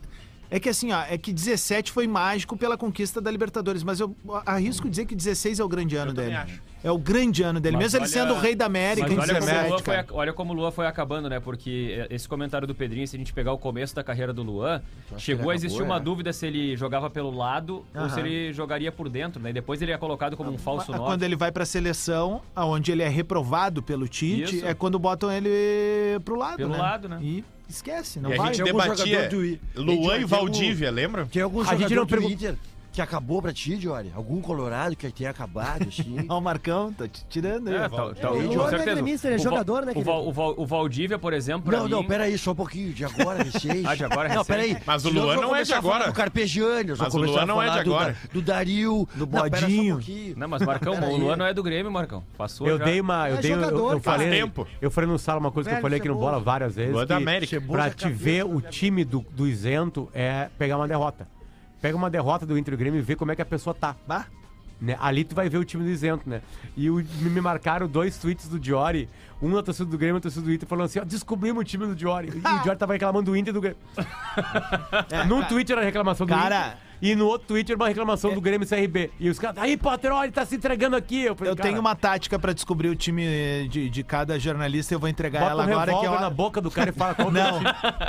[SPEAKER 1] é que assim, ó, é que 17 foi mágico pela conquista da Libertadores, mas eu arrisco dizer que 16 é o grande ano dele. É o grande ano dele,
[SPEAKER 8] Mas
[SPEAKER 1] mesmo ele
[SPEAKER 8] olha-
[SPEAKER 1] sendo o rei da América em
[SPEAKER 8] Mas olha, como o
[SPEAKER 1] 17.
[SPEAKER 8] Lua foi,
[SPEAKER 1] cara.
[SPEAKER 8] ac- olha como o Lua foi acabando, né? Porque é, esse comentário do Pedrinho, se a gente pegar o começo da carreira do Luan, chegou a existir uma dúvida se ele jogava pelo lado ou se ele jogaria por dentro, né? E depois ele é colocado como um falso
[SPEAKER 1] Mas
[SPEAKER 8] 9.
[SPEAKER 1] Quando ele vai pra seleção, aonde ele é reprovado pelo Tite,
[SPEAKER 8] Isso.
[SPEAKER 1] é quando botam ele pro lado,
[SPEAKER 8] Pelo
[SPEAKER 1] né?
[SPEAKER 8] lado, né?
[SPEAKER 1] E esquece, não
[SPEAKER 6] E a
[SPEAKER 1] vai.
[SPEAKER 6] gente
[SPEAKER 1] Algum
[SPEAKER 6] debatia
[SPEAKER 1] jogador do I-
[SPEAKER 6] Luan
[SPEAKER 14] Gente,
[SPEAKER 6] e
[SPEAKER 14] eu-
[SPEAKER 6] Valdívia, lembra?
[SPEAKER 14] Tem é algum
[SPEAKER 1] A
[SPEAKER 14] jogador
[SPEAKER 1] gente não
[SPEAKER 14] do
[SPEAKER 1] pergun-
[SPEAKER 14] Inter que acabou pra ti, Diori? Algum colorado que tenha acabado, assim?
[SPEAKER 1] Ó, o Marcão, tá te tirando aí.
[SPEAKER 8] É,
[SPEAKER 1] ó.
[SPEAKER 8] tá- tá-
[SPEAKER 4] Ele
[SPEAKER 8] com
[SPEAKER 4] não é
[SPEAKER 8] certeza.
[SPEAKER 4] gremista, ele é
[SPEAKER 8] O Val-
[SPEAKER 4] jogador, né,
[SPEAKER 8] O, Val- o, Val- o Valdívia, por exemplo, pra
[SPEAKER 14] não,
[SPEAKER 8] mim...
[SPEAKER 14] não, peraí, só um pouquinho. De agora, recente.
[SPEAKER 8] Ah, de agora,
[SPEAKER 14] Não,
[SPEAKER 8] recente.
[SPEAKER 14] peraí.
[SPEAKER 6] Mas o
[SPEAKER 14] Senão eu
[SPEAKER 6] Luan
[SPEAKER 14] vou
[SPEAKER 6] não é de
[SPEAKER 14] começar a falar
[SPEAKER 6] agora.
[SPEAKER 14] Do Carpegiani, eu só
[SPEAKER 6] Mas o
[SPEAKER 14] começar
[SPEAKER 6] Luan
[SPEAKER 14] a
[SPEAKER 6] não é
[SPEAKER 14] falar
[SPEAKER 6] de
[SPEAKER 14] do,
[SPEAKER 6] agora.
[SPEAKER 14] Da, do Dario. Não,
[SPEAKER 1] Do
[SPEAKER 14] pera só um
[SPEAKER 1] Bodinho.
[SPEAKER 14] pouquinho.
[SPEAKER 8] Não, né, mas Marcão,
[SPEAKER 14] Pera
[SPEAKER 8] o
[SPEAKER 14] aí.
[SPEAKER 8] Luan não é do Grêmio, Marcão. Passou
[SPEAKER 9] Eu
[SPEAKER 8] já.
[SPEAKER 9] dei uma. Eu,
[SPEAKER 4] É
[SPEAKER 9] dei, um, eu- eu,
[SPEAKER 4] jogador, cara.
[SPEAKER 9] falei,
[SPEAKER 6] Faz tempo.
[SPEAKER 9] eu falei no sala uma coisa que eu
[SPEAKER 14] Velho,
[SPEAKER 9] falei aqui no
[SPEAKER 14] cebola.
[SPEAKER 9] bola várias vezes.
[SPEAKER 6] Boa da
[SPEAKER 9] que
[SPEAKER 6] América.
[SPEAKER 9] Pra te ver o time do, dos Ento é pegar uma derrota. Pega uma derrota do Inter e Grêmio e vê como é que a pessoa tá.
[SPEAKER 1] Bah.
[SPEAKER 9] Né? Ali tu vai ver o time do isento, né? E o- me me marcaram dois tweets do Diori, um na torcida do Grêmio e torcida do Inter, falando assim: ó, descobrimos o time do Diori. E o Diori tava reclamando do Inter e do Grêmio. Num tweet era reclamação do
[SPEAKER 1] Cara.
[SPEAKER 9] Inter. E no outro tweet era uma reclamação do Grêmio e CRB. E os caras, aí, Potter, olha, ele tá se entregando aqui. Eu, falei,
[SPEAKER 1] Eu
[SPEAKER 9] "Cara,
[SPEAKER 1] tenho uma tática pra descobrir o time eh, de, de cada jornalista eu vou entregar
[SPEAKER 9] Bota
[SPEAKER 1] ela
[SPEAKER 9] um
[SPEAKER 1] agora que
[SPEAKER 9] revólver
[SPEAKER 1] é
[SPEAKER 9] na
[SPEAKER 1] hora.
[SPEAKER 9] boca do cara e fala qual que é o
[SPEAKER 1] Não,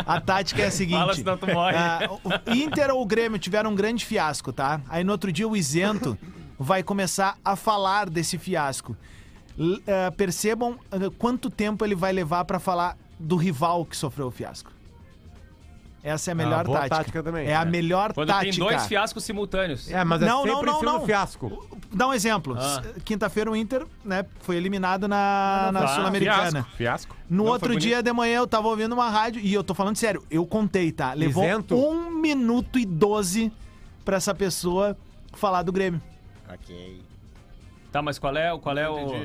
[SPEAKER 1] a tática é a seguinte.
[SPEAKER 8] Fala, senão tu morre.
[SPEAKER 1] Ah, o Inter ou o Grêmio tiveram um grande fiasco, tá? Aí no outro dia o isento vai começar a falar desse fiasco. L- ah, percebam ah, quanto tempo ele vai levar pra falar do rival que sofreu o fiasco. Essa é a melhor
[SPEAKER 9] Ah, boa
[SPEAKER 1] tática.
[SPEAKER 9] tática também,
[SPEAKER 1] é a
[SPEAKER 9] né?
[SPEAKER 1] melhor
[SPEAKER 8] Quando
[SPEAKER 1] tática.
[SPEAKER 8] tem dois fiascos simultâneos.
[SPEAKER 9] É, mas é
[SPEAKER 1] Não, não,
[SPEAKER 9] sempre
[SPEAKER 1] não,
[SPEAKER 9] em cima do
[SPEAKER 1] não.
[SPEAKER 9] fiasco.
[SPEAKER 1] Dá um exemplo.
[SPEAKER 8] Ah.
[SPEAKER 1] S- Quinta-feira o Inter né, foi eliminado na, na
[SPEAKER 8] Tá,
[SPEAKER 1] Sul-Americana.
[SPEAKER 6] Fiasco, fiasco.
[SPEAKER 1] No
[SPEAKER 6] Não,
[SPEAKER 1] outro
[SPEAKER 6] foi
[SPEAKER 1] dia de manhã eu tava ouvindo uma rádio e eu tô falando sério, eu contei, tá? Levou
[SPEAKER 9] Isento?
[SPEAKER 1] um minuto e 12 pra essa pessoa falar do Grêmio.
[SPEAKER 8] Tá, mas qual é, o- qual é o...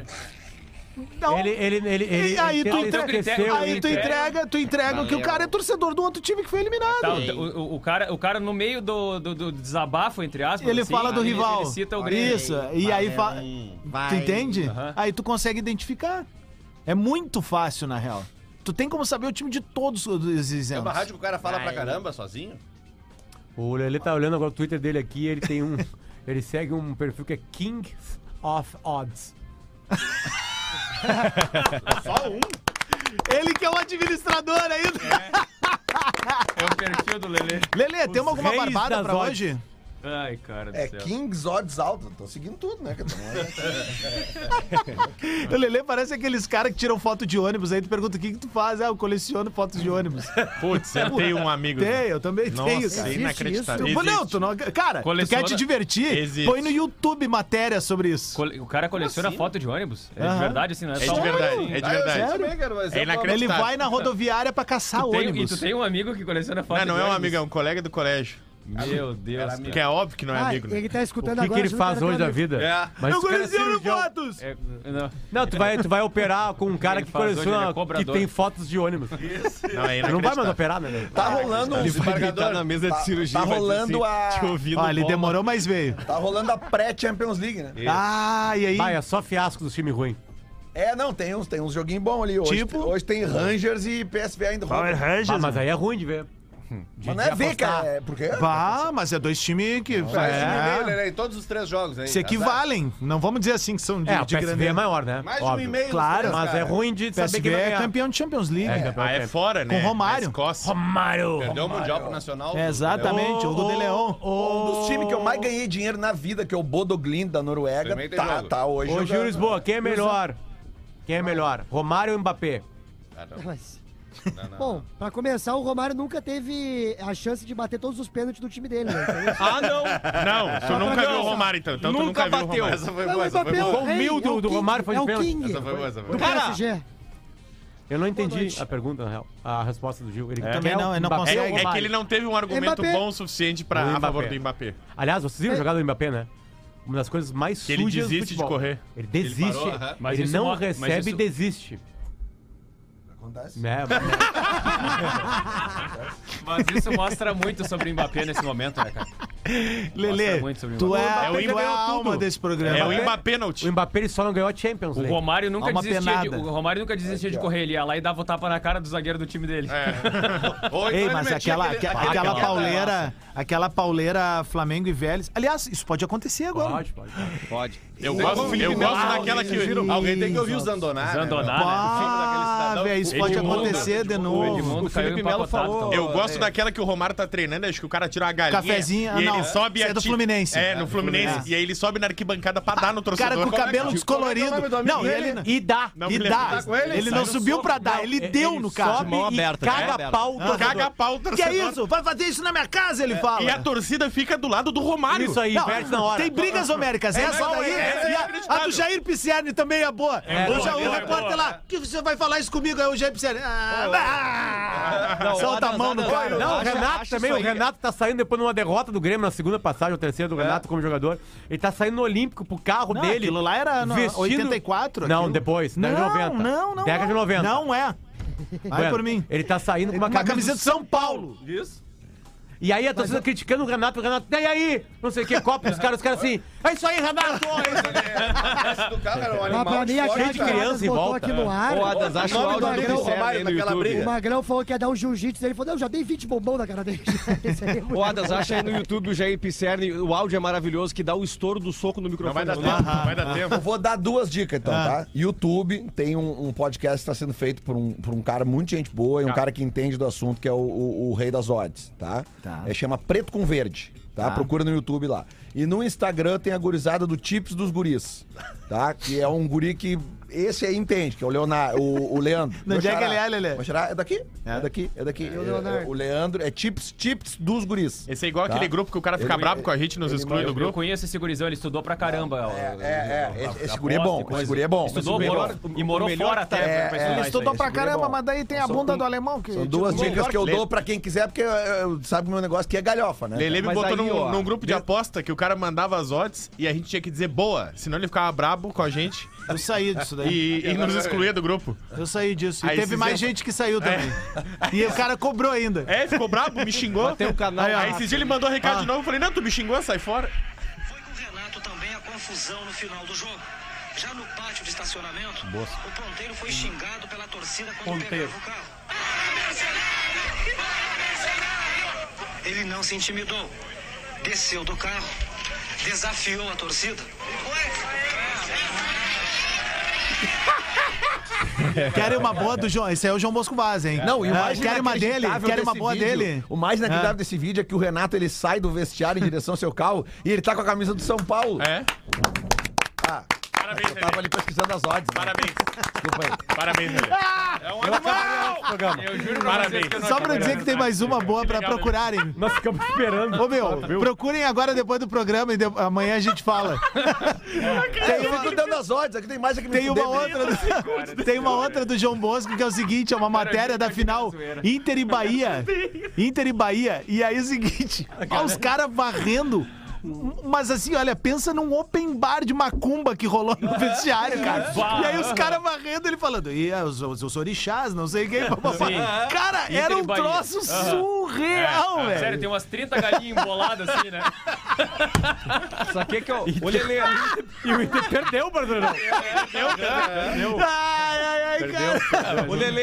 [SPEAKER 1] Então,
[SPEAKER 9] Ele, ele, ele, ele,
[SPEAKER 1] e aí,
[SPEAKER 9] ele
[SPEAKER 1] tu
[SPEAKER 9] ele
[SPEAKER 1] entrega-
[SPEAKER 9] esqueceu
[SPEAKER 1] aí tu
[SPEAKER 9] o Inter.
[SPEAKER 1] entrega, tu entrega que o cara é torcedor do outro time que foi eliminado.
[SPEAKER 8] Tá, o, o- o cara, o cara no meio do, do, do desabafo, entre aspas,
[SPEAKER 1] Ele
[SPEAKER 8] assim,
[SPEAKER 1] fala do
[SPEAKER 8] ele-
[SPEAKER 1] rival.
[SPEAKER 8] Ele cita o Grêmio.
[SPEAKER 1] Isso, é e aí fala. Tu entende?
[SPEAKER 8] Aham.
[SPEAKER 1] Aí tu consegue identificar. É muito fácil, na real. Tu tem como saber o time de todos os
[SPEAKER 7] É uma
[SPEAKER 1] exemplos.
[SPEAKER 7] rádio que o cara fala pra caramba sozinho?
[SPEAKER 9] O Lelê tá olhando agora o Twitter dele aqui, ele tem um. ele segue um perfil que é King of Odds.
[SPEAKER 1] Ele que é o administrador ainda.
[SPEAKER 8] É o perfil do Lelê.
[SPEAKER 1] Lelê, tem uma- alguma
[SPEAKER 9] reis
[SPEAKER 1] barbada
[SPEAKER 9] das
[SPEAKER 1] pra
[SPEAKER 9] odds.
[SPEAKER 1] hoje?
[SPEAKER 8] Ai, cara do
[SPEAKER 5] É
[SPEAKER 8] céu.
[SPEAKER 5] Kings Odds Alto. Tô seguindo tudo, né? cara?
[SPEAKER 1] O Lelê parece aqueles caras que tiram foto de ônibus, aí tu pergunta o que, que tu faz? Ah, eu coleciono fotos de ônibus.
[SPEAKER 6] Putz, eu tenho um amigo.
[SPEAKER 1] Tem, eu também
[SPEAKER 6] Nossa,
[SPEAKER 1] tenho, cara.
[SPEAKER 6] é inacreditável.
[SPEAKER 1] Tu- Não,
[SPEAKER 6] Existe.
[SPEAKER 1] tu não. Cara,
[SPEAKER 8] Coleciona-
[SPEAKER 1] tu quer te divertir?
[SPEAKER 6] Existe.
[SPEAKER 1] Põe no YouTube matéria sobre isso.
[SPEAKER 8] Cole- O cara coleciona foto de ônibus? É de
[SPEAKER 1] Aham.
[SPEAKER 8] verdade, assim, não é,
[SPEAKER 6] É
[SPEAKER 8] só
[SPEAKER 6] de
[SPEAKER 8] um-
[SPEAKER 6] verdade,
[SPEAKER 7] Ah,
[SPEAKER 6] é de verdade.
[SPEAKER 7] também, cara, mas
[SPEAKER 6] É
[SPEAKER 7] eu falo-
[SPEAKER 1] Ele
[SPEAKER 6] inacreditável.
[SPEAKER 1] vai na rodoviária pra caçar
[SPEAKER 8] Tu tem- e
[SPEAKER 1] ônibus.
[SPEAKER 8] tu tem um amigo que coleciona foto
[SPEAKER 6] Não, não
[SPEAKER 8] de
[SPEAKER 6] é um
[SPEAKER 8] ônibus?
[SPEAKER 6] amigo, é um colega do colégio.
[SPEAKER 8] Meu Deus,
[SPEAKER 6] Que é óbvio que não é
[SPEAKER 4] Ah,
[SPEAKER 6] amigo, né?
[SPEAKER 4] ele tá escutando
[SPEAKER 9] O que,
[SPEAKER 4] agora.
[SPEAKER 9] que ele
[SPEAKER 4] achando
[SPEAKER 9] faz
[SPEAKER 4] era
[SPEAKER 9] hoje
[SPEAKER 4] teu
[SPEAKER 9] da
[SPEAKER 4] amigo.
[SPEAKER 9] vida? Mas
[SPEAKER 1] Eu
[SPEAKER 9] o cara é
[SPEAKER 1] coleciono
[SPEAKER 9] cirurgião.
[SPEAKER 1] fotos!
[SPEAKER 8] É, não.
[SPEAKER 9] Não, tu vai, tu vai operar com um cara
[SPEAKER 8] Ele
[SPEAKER 9] que
[SPEAKER 8] faz hoje, ele
[SPEAKER 9] coleciona.
[SPEAKER 8] é cobrador.
[SPEAKER 9] que tem fotos de ônibus.
[SPEAKER 6] Não, é
[SPEAKER 9] Tu não vai mais
[SPEAKER 6] inacreditável.
[SPEAKER 9] operar, né? velho?
[SPEAKER 5] Tá rolando um.
[SPEAKER 10] Tá na mesa de cirurgia.
[SPEAKER 5] Tá
[SPEAKER 10] vai dizer
[SPEAKER 5] rolando
[SPEAKER 10] assim, Te
[SPEAKER 5] a.
[SPEAKER 10] ouvindo
[SPEAKER 1] Ó, ele
[SPEAKER 10] bola.
[SPEAKER 1] demorou, mas veio.
[SPEAKER 5] Tá rolando a pré-Champions League, né?
[SPEAKER 1] Ah, e aí?
[SPEAKER 9] Vai, é só fiasco do time ruim.
[SPEAKER 5] É, não, tem uns, tem uns joguinhos bons ali. Hoje,
[SPEAKER 1] Tipo?
[SPEAKER 5] hoje tem Rangers e PSV ainda. rola.
[SPEAKER 9] Ah, mas aí é ruim de ver.
[SPEAKER 5] Mas não é ver, cara. É porque.
[SPEAKER 1] Bah, mas é dois times que.
[SPEAKER 7] Faz um e-mail,
[SPEAKER 1] É,
[SPEAKER 7] Lelê, em todos os três jogos, hein?
[SPEAKER 1] se equivalem. Não vamos dizer assim que são de,
[SPEAKER 9] É, o
[SPEAKER 1] de
[SPEAKER 9] PSV é
[SPEAKER 1] grande.
[SPEAKER 9] maior, né?
[SPEAKER 7] Mais de um
[SPEAKER 9] Óbvio.
[SPEAKER 7] e-mail. dos
[SPEAKER 1] Claro,
[SPEAKER 7] três,
[SPEAKER 9] Mas é
[SPEAKER 7] cara.
[SPEAKER 9] ruim de saber
[SPEAKER 1] PSV
[SPEAKER 9] que vai
[SPEAKER 1] é
[SPEAKER 9] ganhar.
[SPEAKER 1] campeão de Champions League.
[SPEAKER 9] É, campeão.
[SPEAKER 6] Ah, é fora, né?
[SPEAKER 1] Com Romário.
[SPEAKER 6] Na Escócia.
[SPEAKER 9] Romário!
[SPEAKER 7] Perdeu o Mundial pro Nacional.
[SPEAKER 1] É, exatamente, o do De Leon.
[SPEAKER 5] Um dos times que eu mais ganhei dinheiro na vida, que é o Bodoglind da Noruega,
[SPEAKER 7] Também tem
[SPEAKER 5] tá,
[SPEAKER 7] jogo.
[SPEAKER 5] tá hoje.
[SPEAKER 9] Ô, Gil
[SPEAKER 5] jogando.
[SPEAKER 9] Lisboa, quem é melhor? Quem é melhor? Romário ou Mbappé?
[SPEAKER 4] Mas- Bom, pra começar, o Romário nunca teve a chance de bater todos os pênaltis do time dele, né? Então, isso-
[SPEAKER 9] Ah, não!
[SPEAKER 6] Não, tu nunca viu o Romário, então. Então tu nunca
[SPEAKER 9] Nunca
[SPEAKER 6] viu o
[SPEAKER 9] bateu.
[SPEAKER 6] Romário. Essa foi
[SPEAKER 4] Não,
[SPEAKER 6] boa,
[SPEAKER 4] o
[SPEAKER 6] essa foi
[SPEAKER 4] Mbappé é
[SPEAKER 6] boa.
[SPEAKER 4] o rei,
[SPEAKER 9] Humilde
[SPEAKER 4] é o
[SPEAKER 9] do
[SPEAKER 4] King,
[SPEAKER 9] Romário foi de
[SPEAKER 4] É o
[SPEAKER 9] pênalti.
[SPEAKER 4] King
[SPEAKER 7] Essa foi boa, essa foi
[SPEAKER 4] do
[SPEAKER 7] boa.
[SPEAKER 4] PSG.
[SPEAKER 9] Eu não entendi a pergunta, na real. A resposta do Gil. Ele
[SPEAKER 1] É.
[SPEAKER 9] também
[SPEAKER 1] Também não, ele não consegue.
[SPEAKER 6] É, que ele não teve um argumento bom o suficiente pra, a favor do Mbappé.
[SPEAKER 9] Aliás, vocês viram a jogada do Mbappé, né? Uma das coisas mais
[SPEAKER 6] Que ele
[SPEAKER 9] sujas do
[SPEAKER 6] desiste de
[SPEAKER 9] futebol.
[SPEAKER 6] correr.
[SPEAKER 9] Ele desiste. Ele,
[SPEAKER 6] Ele parou, aham.
[SPEAKER 8] Mas isso
[SPEAKER 9] não
[SPEAKER 8] mostra- mas
[SPEAKER 9] recebe e
[SPEAKER 8] isso-
[SPEAKER 9] desiste.
[SPEAKER 14] Acontece.
[SPEAKER 9] Né?
[SPEAKER 8] Mas isso mostra muito sobre o Mbappé nesse momento, né, cara?
[SPEAKER 1] Lelê,
[SPEAKER 8] Mostra muito sobre o
[SPEAKER 1] tu
[SPEAKER 8] Mbappé.
[SPEAKER 1] é,
[SPEAKER 8] É o
[SPEAKER 1] tu é a alma desse programa.
[SPEAKER 6] É o Mbappé
[SPEAKER 9] O Mbappé ele só não ganhou a Champions
[SPEAKER 8] O
[SPEAKER 9] League.
[SPEAKER 8] Romário
[SPEAKER 1] Há
[SPEAKER 8] nunca
[SPEAKER 1] uma
[SPEAKER 8] desistia de,
[SPEAKER 1] penada.
[SPEAKER 8] o Romário nunca desistia de correr, ele ia lá e dava o tapa na cara do zagueiro do time dele.
[SPEAKER 9] É.
[SPEAKER 6] É.
[SPEAKER 1] Ei, mas aquela, aquela, aquela pauleira, aquela pauleira Flamengo e Vélez. Aliás, isso pode acontecer
[SPEAKER 6] né?
[SPEAKER 1] agora.
[SPEAKER 9] Pode, pode, pode.
[SPEAKER 10] Pode.
[SPEAKER 6] Eu gosto, eu gosto daquela que.
[SPEAKER 7] Alguém tem que ouvir os Zandonar.
[SPEAKER 8] Zandonar,
[SPEAKER 7] né?
[SPEAKER 8] né?
[SPEAKER 1] Ah, velho, isso pode
[SPEAKER 8] Edmundo,
[SPEAKER 1] acontecer de
[SPEAKER 8] O
[SPEAKER 1] novo.
[SPEAKER 8] Edmundo caiu
[SPEAKER 10] Felipe Melo
[SPEAKER 8] empacotado. então.
[SPEAKER 10] falou-
[SPEAKER 8] também.
[SPEAKER 6] Eu gosto daquela que o Romário tá treinando, acho que o cara tira a galinha.
[SPEAKER 1] Cafezinho,
[SPEAKER 6] e
[SPEAKER 1] ah,
[SPEAKER 6] ele
[SPEAKER 1] não,
[SPEAKER 6] sobe
[SPEAKER 1] isso
[SPEAKER 6] a
[SPEAKER 1] é do
[SPEAKER 6] ti-
[SPEAKER 1] Fluminense.
[SPEAKER 6] É, no Fluminense. E aí ele sobe na arquibancada pra dar no
[SPEAKER 1] O cara
[SPEAKER 6] torcedor.
[SPEAKER 1] com o
[SPEAKER 6] Como é que-
[SPEAKER 1] cabelo descolorido.
[SPEAKER 7] nome do amigo
[SPEAKER 1] Não, Tá
[SPEAKER 7] dele?
[SPEAKER 1] ele.
[SPEAKER 9] E dá.
[SPEAKER 6] Não, tá
[SPEAKER 1] E
[SPEAKER 6] me
[SPEAKER 1] dá.
[SPEAKER 6] lembro.
[SPEAKER 7] ele,
[SPEAKER 1] Ele
[SPEAKER 7] sai
[SPEAKER 1] não
[SPEAKER 7] no
[SPEAKER 1] subiu
[SPEAKER 7] soco.
[SPEAKER 1] pra dar,
[SPEAKER 9] Não,
[SPEAKER 1] ele
[SPEAKER 9] é-
[SPEAKER 1] deu
[SPEAKER 9] ele
[SPEAKER 1] no cara.
[SPEAKER 9] sobe
[SPEAKER 10] Mão
[SPEAKER 9] e
[SPEAKER 10] aberta, né?
[SPEAKER 9] caga
[SPEAKER 10] Aberta.
[SPEAKER 9] pau. todo-
[SPEAKER 6] Caga a pau o
[SPEAKER 1] Que
[SPEAKER 6] torcedor. É.
[SPEAKER 1] é isso? Vai fazer isso na minha casa, ele fala.
[SPEAKER 6] E a torcida fica do lado do Romário.
[SPEAKER 9] Isso aí, perde na hora.
[SPEAKER 1] é, Tem brigas homéricas, essa
[SPEAKER 6] não,
[SPEAKER 1] daí.
[SPEAKER 6] é- essa é
[SPEAKER 1] e a- a,
[SPEAKER 6] inacreditável.
[SPEAKER 1] do Jair Pisciani também é boa.
[SPEAKER 9] É
[SPEAKER 1] o,
[SPEAKER 9] boa,
[SPEAKER 1] Ja- o
[SPEAKER 9] é boa,
[SPEAKER 1] repórter
[SPEAKER 8] é boa.
[SPEAKER 1] lá, que você vai falar isso comigo? Aí o Jair Pisciani. Ah, ah,
[SPEAKER 10] Não,
[SPEAKER 1] solta a
[SPEAKER 10] Adams,
[SPEAKER 1] mão no
[SPEAKER 10] Adams,
[SPEAKER 1] cara.
[SPEAKER 10] Adams.
[SPEAKER 9] Não, o
[SPEAKER 10] Acha-
[SPEAKER 9] Renato
[SPEAKER 10] acha
[SPEAKER 9] também.
[SPEAKER 10] isso
[SPEAKER 9] O
[SPEAKER 10] aí-
[SPEAKER 9] Renato tá saindo depois de uma derrota do Grêmio na segunda passagem, ou terceira do Renato como jogador. Ele tá saindo no Olímpico pro carro
[SPEAKER 1] É. Não,
[SPEAKER 9] dele.
[SPEAKER 1] aquilo lá era no- 84,
[SPEAKER 9] Não,
[SPEAKER 1] aquilo.
[SPEAKER 9] depois, década de 90.
[SPEAKER 1] não, não.
[SPEAKER 9] Década de
[SPEAKER 1] não.
[SPEAKER 9] 90.
[SPEAKER 1] Não é. Vai
[SPEAKER 9] Bueno,
[SPEAKER 1] por mim.
[SPEAKER 9] Ele tá saindo com uma,
[SPEAKER 1] Uma camiseta de São Paulo.
[SPEAKER 7] Isso.
[SPEAKER 9] E aí a torcida criticando o Renato, o Renato, e aí? Não sei o que, copo os caras, os caras assim, é isso aí, Renato! é isso aí."
[SPEAKER 7] Esse do
[SPEAKER 6] é
[SPEAKER 7] cara era um
[SPEAKER 4] Mas pra
[SPEAKER 7] animal
[SPEAKER 4] mim,
[SPEAKER 7] de
[SPEAKER 4] a é
[SPEAKER 7] sorte,
[SPEAKER 9] cheio
[SPEAKER 4] Cade
[SPEAKER 9] de
[SPEAKER 7] cara.
[SPEAKER 9] criança.
[SPEAKER 4] Carlos
[SPEAKER 9] em
[SPEAKER 4] botou
[SPEAKER 9] volta.
[SPEAKER 4] aqui no ar.
[SPEAKER 10] Ô, Adams, acha o
[SPEAKER 4] nome
[SPEAKER 10] áudio
[SPEAKER 4] do
[SPEAKER 9] é
[SPEAKER 4] Magrão,
[SPEAKER 10] do Romário
[SPEAKER 7] Romário
[SPEAKER 10] no
[SPEAKER 7] naquela
[SPEAKER 10] YouTube.
[SPEAKER 4] O Magrão falou que ia dar um jiu-jitsu. Ele falou, não, já dei 20 bombom na cara dele. Isso aí é muito
[SPEAKER 10] O Adas acha aí no YouTube o Jair Pisserni, o áudio é maravilhoso, que dá o estouro do soco no
[SPEAKER 6] Não vai
[SPEAKER 10] microfone.
[SPEAKER 6] dar tempo, não vai dar tempo.
[SPEAKER 5] Eu vou dar duas dicas, então, tá? YouTube tem um, um podcast que está sendo feito por um, por um cara muito gente boa e um cara que entende do assunto, que é o, o- o Rei das Odds, tá?
[SPEAKER 1] Tá.
[SPEAKER 5] É, chama Preto com Verde, tá? Procura no YouTube lá. E no Instagram tem a gurizada do Tips dos Guris, tá? Que é um guri que... Esse aí entende, que é o Leonardo, o, o Leandro.
[SPEAKER 1] De onde é que
[SPEAKER 5] Meu xará.
[SPEAKER 1] ele é, Lelê?
[SPEAKER 5] Meu xará É daqui, é daqui, é daqui. É,
[SPEAKER 4] o Leonardo.
[SPEAKER 5] é o Leandro, é Tips, Tips dos Guris.
[SPEAKER 6] Esse é igual
[SPEAKER 5] Tá.
[SPEAKER 6] aquele grupo que o cara fica
[SPEAKER 5] Ele-
[SPEAKER 6] brabo com a gente, nos
[SPEAKER 5] ele
[SPEAKER 6] exclui do
[SPEAKER 8] Eu,
[SPEAKER 6] grupo.
[SPEAKER 8] conheço esse gurizão, ele estudou pra caramba. ó.
[SPEAKER 5] É, é, é. Esse, esse guri
[SPEAKER 8] Aposta
[SPEAKER 5] é
[SPEAKER 8] e
[SPEAKER 5] bom, esse
[SPEAKER 8] coisa.
[SPEAKER 5] guri é bom.
[SPEAKER 8] Estudou
[SPEAKER 5] Esse guri é
[SPEAKER 8] morou-
[SPEAKER 5] bom.
[SPEAKER 8] e morou fora até. pra- pra estudar
[SPEAKER 1] Ele
[SPEAKER 8] isso
[SPEAKER 1] estudou pra
[SPEAKER 8] aí.
[SPEAKER 5] né, esse guri é
[SPEAKER 1] caramba,
[SPEAKER 5] bom.
[SPEAKER 1] mas daí tem a
[SPEAKER 5] São
[SPEAKER 1] bunda
[SPEAKER 5] um-
[SPEAKER 1] do alemão que.
[SPEAKER 5] São duas dicas que eu dou pra quem quiser, porque eh, sabe que o meu negócio aqui é galhofa, né?
[SPEAKER 6] Lele me
[SPEAKER 10] Mas
[SPEAKER 6] botou
[SPEAKER 10] aí,
[SPEAKER 6] num,
[SPEAKER 10] ó,
[SPEAKER 6] num grupo de aposta que o cara mandava as odds e a gente tinha que dizer boa, senão ele ficava brabo com a gente
[SPEAKER 1] Eu saí disso daí.
[SPEAKER 6] e, e nos excluía do grupo.
[SPEAKER 1] Eu saí disso. E
[SPEAKER 6] Aí
[SPEAKER 1] teve
[SPEAKER 6] se
[SPEAKER 1] mais
[SPEAKER 6] zebra.
[SPEAKER 1] gente que saiu também.
[SPEAKER 9] É.
[SPEAKER 1] E o cara cobrou ainda.
[SPEAKER 6] É, ficou brabo, me xingou.
[SPEAKER 10] Tem um canal
[SPEAKER 6] Aí,
[SPEAKER 10] lá.
[SPEAKER 6] esses dias ele mandou recado
[SPEAKER 9] Ah.
[SPEAKER 6] de novo, eu falei, não, tu me xingou, sai fora.
[SPEAKER 15] Foi com o Renato também a confusão no final do jogo. Já no pátio de estacionamento, o ponteiro foi xingado pela torcida quando pegava o carro. Ele não se intimidou. Desceu do carro, desafiou a torcida.
[SPEAKER 1] Querem uma boa do João. Esse aí é o João Bosco Vaz, hein?
[SPEAKER 5] Não, e o
[SPEAKER 9] É,
[SPEAKER 1] Ah,
[SPEAKER 5] mais
[SPEAKER 1] Querem uma dele?
[SPEAKER 5] inacreditável
[SPEAKER 1] Querem uma
[SPEAKER 5] desse
[SPEAKER 1] boa
[SPEAKER 5] vídeo-
[SPEAKER 1] dele?
[SPEAKER 5] O mais inacreditável desse vídeo é que o Renato ele sai do vestiário em direção ao seu carro e ele tá com a camisa do São Paulo.
[SPEAKER 6] É.
[SPEAKER 5] Ah,
[SPEAKER 6] Parabéns,
[SPEAKER 5] eu tava
[SPEAKER 6] Lele.
[SPEAKER 5] ali pesquisando as odds. né?
[SPEAKER 6] Parabéns.
[SPEAKER 5] Desculpa aí.
[SPEAKER 6] Parabéns, Lele. É um animal!
[SPEAKER 8] Eu juro pra
[SPEAKER 6] Parabéns.
[SPEAKER 8] vocês que eu não
[SPEAKER 1] Só pra dizer que tem mais uma boa pra
[SPEAKER 6] legal, né?
[SPEAKER 1] procurarem.
[SPEAKER 9] Nós ficamos esperando.
[SPEAKER 1] Ô meu, procurem agora depois do programa e de- amanhã a gente fala.
[SPEAKER 5] Tem uma do dando as odds, aqui tem mais aqui
[SPEAKER 1] Tem uma outra
[SPEAKER 8] um
[SPEAKER 1] do, tem uma outra do João Bosco que é o seguinte, é uma matéria da final Inter e Bahia. Inter e Bahia. E aí é o seguinte, ó, os caras varrendo mas assim, olha, pensa num open bar de macumba que rolou no vestiário,
[SPEAKER 8] É.
[SPEAKER 1] cara. E aí os caras varrendo ele falando, e ah, os, os, os orixás, não sei quem. papapá." Cara,
[SPEAKER 8] Inter
[SPEAKER 1] era
[SPEAKER 8] e
[SPEAKER 1] um
[SPEAKER 8] Bahia. É,
[SPEAKER 1] troço surreal, velho.
[SPEAKER 8] Sério, tem umas 30 galinhas emboladas assim, né?
[SPEAKER 10] Só né? que que eu... Ô, Lele,
[SPEAKER 9] E o Inter perdeu o Brasileirão.
[SPEAKER 1] Ai, ai, ai, cara.
[SPEAKER 10] ô, Lele,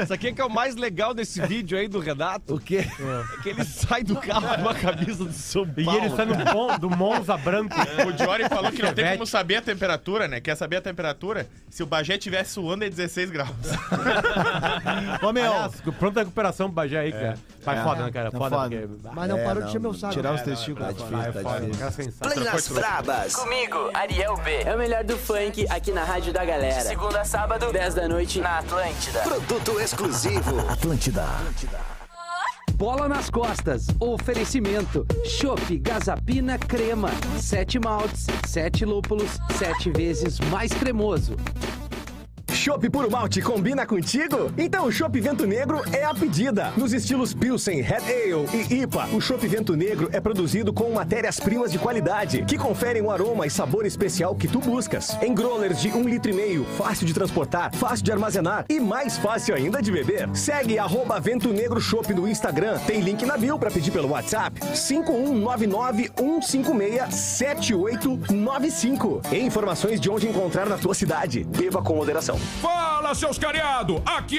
[SPEAKER 10] isso aqui que é o mais legal desse vídeo aí do Renato. O quê? É que ele sai do carro com a camisa do São Paulo.
[SPEAKER 9] E ele sai no Mon- do Monza branco.
[SPEAKER 5] É.
[SPEAKER 6] O Diori falou que não tem
[SPEAKER 9] Chevette.
[SPEAKER 6] como saber a temperatura, né? Quer saber a temperatura? Se o Bagé tivesse suando é 16 graus.
[SPEAKER 1] Ô, meu.
[SPEAKER 9] Aliás, pronta recuperação pro Bagé aí, cara.
[SPEAKER 5] É.
[SPEAKER 9] Mas foda, né, cara?
[SPEAKER 1] Tá
[SPEAKER 9] Foda.
[SPEAKER 1] foda.
[SPEAKER 9] porque- É, tá
[SPEAKER 4] Mas não parou de encher meu saco.
[SPEAKER 1] Tirar os testículos.
[SPEAKER 5] tá
[SPEAKER 9] Cara, sensacional.
[SPEAKER 11] Play nas brabas.
[SPEAKER 15] Comigo, Ariel B. É o melhor do funk aqui na Rádio da Galera. segunda a sábado, 10 da noite, na Atlântida.
[SPEAKER 11] Produto exclusivo. Atlântida.
[SPEAKER 15] Bola nas costas. Oferecimento. Chopp Gazapina Crema. Sete maltes, sete lúpulos, sete vezes mais cremoso.
[SPEAKER 3] chopp puro malte combina contigo? Então o chopp Vento Negro é a pedida. Nos estilos Pilsen, Red Ale e IPA, o chopp Vento Negro é produzido com matérias-primas de qualidade, que conferem o aroma e sabor especial que tu buscas. Em growlers de 1,5 um litro, e meio, fácil de transportar, fácil de armazenar e mais fácil ainda de beber. Segue arroba Vento Negro Chopp no Instagram. Tem link na bio para pedir pelo WhatsApp. 5199 156 7895. E informações de onde encontrar na tua cidade. Beba com moderação.
[SPEAKER 8] Fala, seus cariado! Aqui é o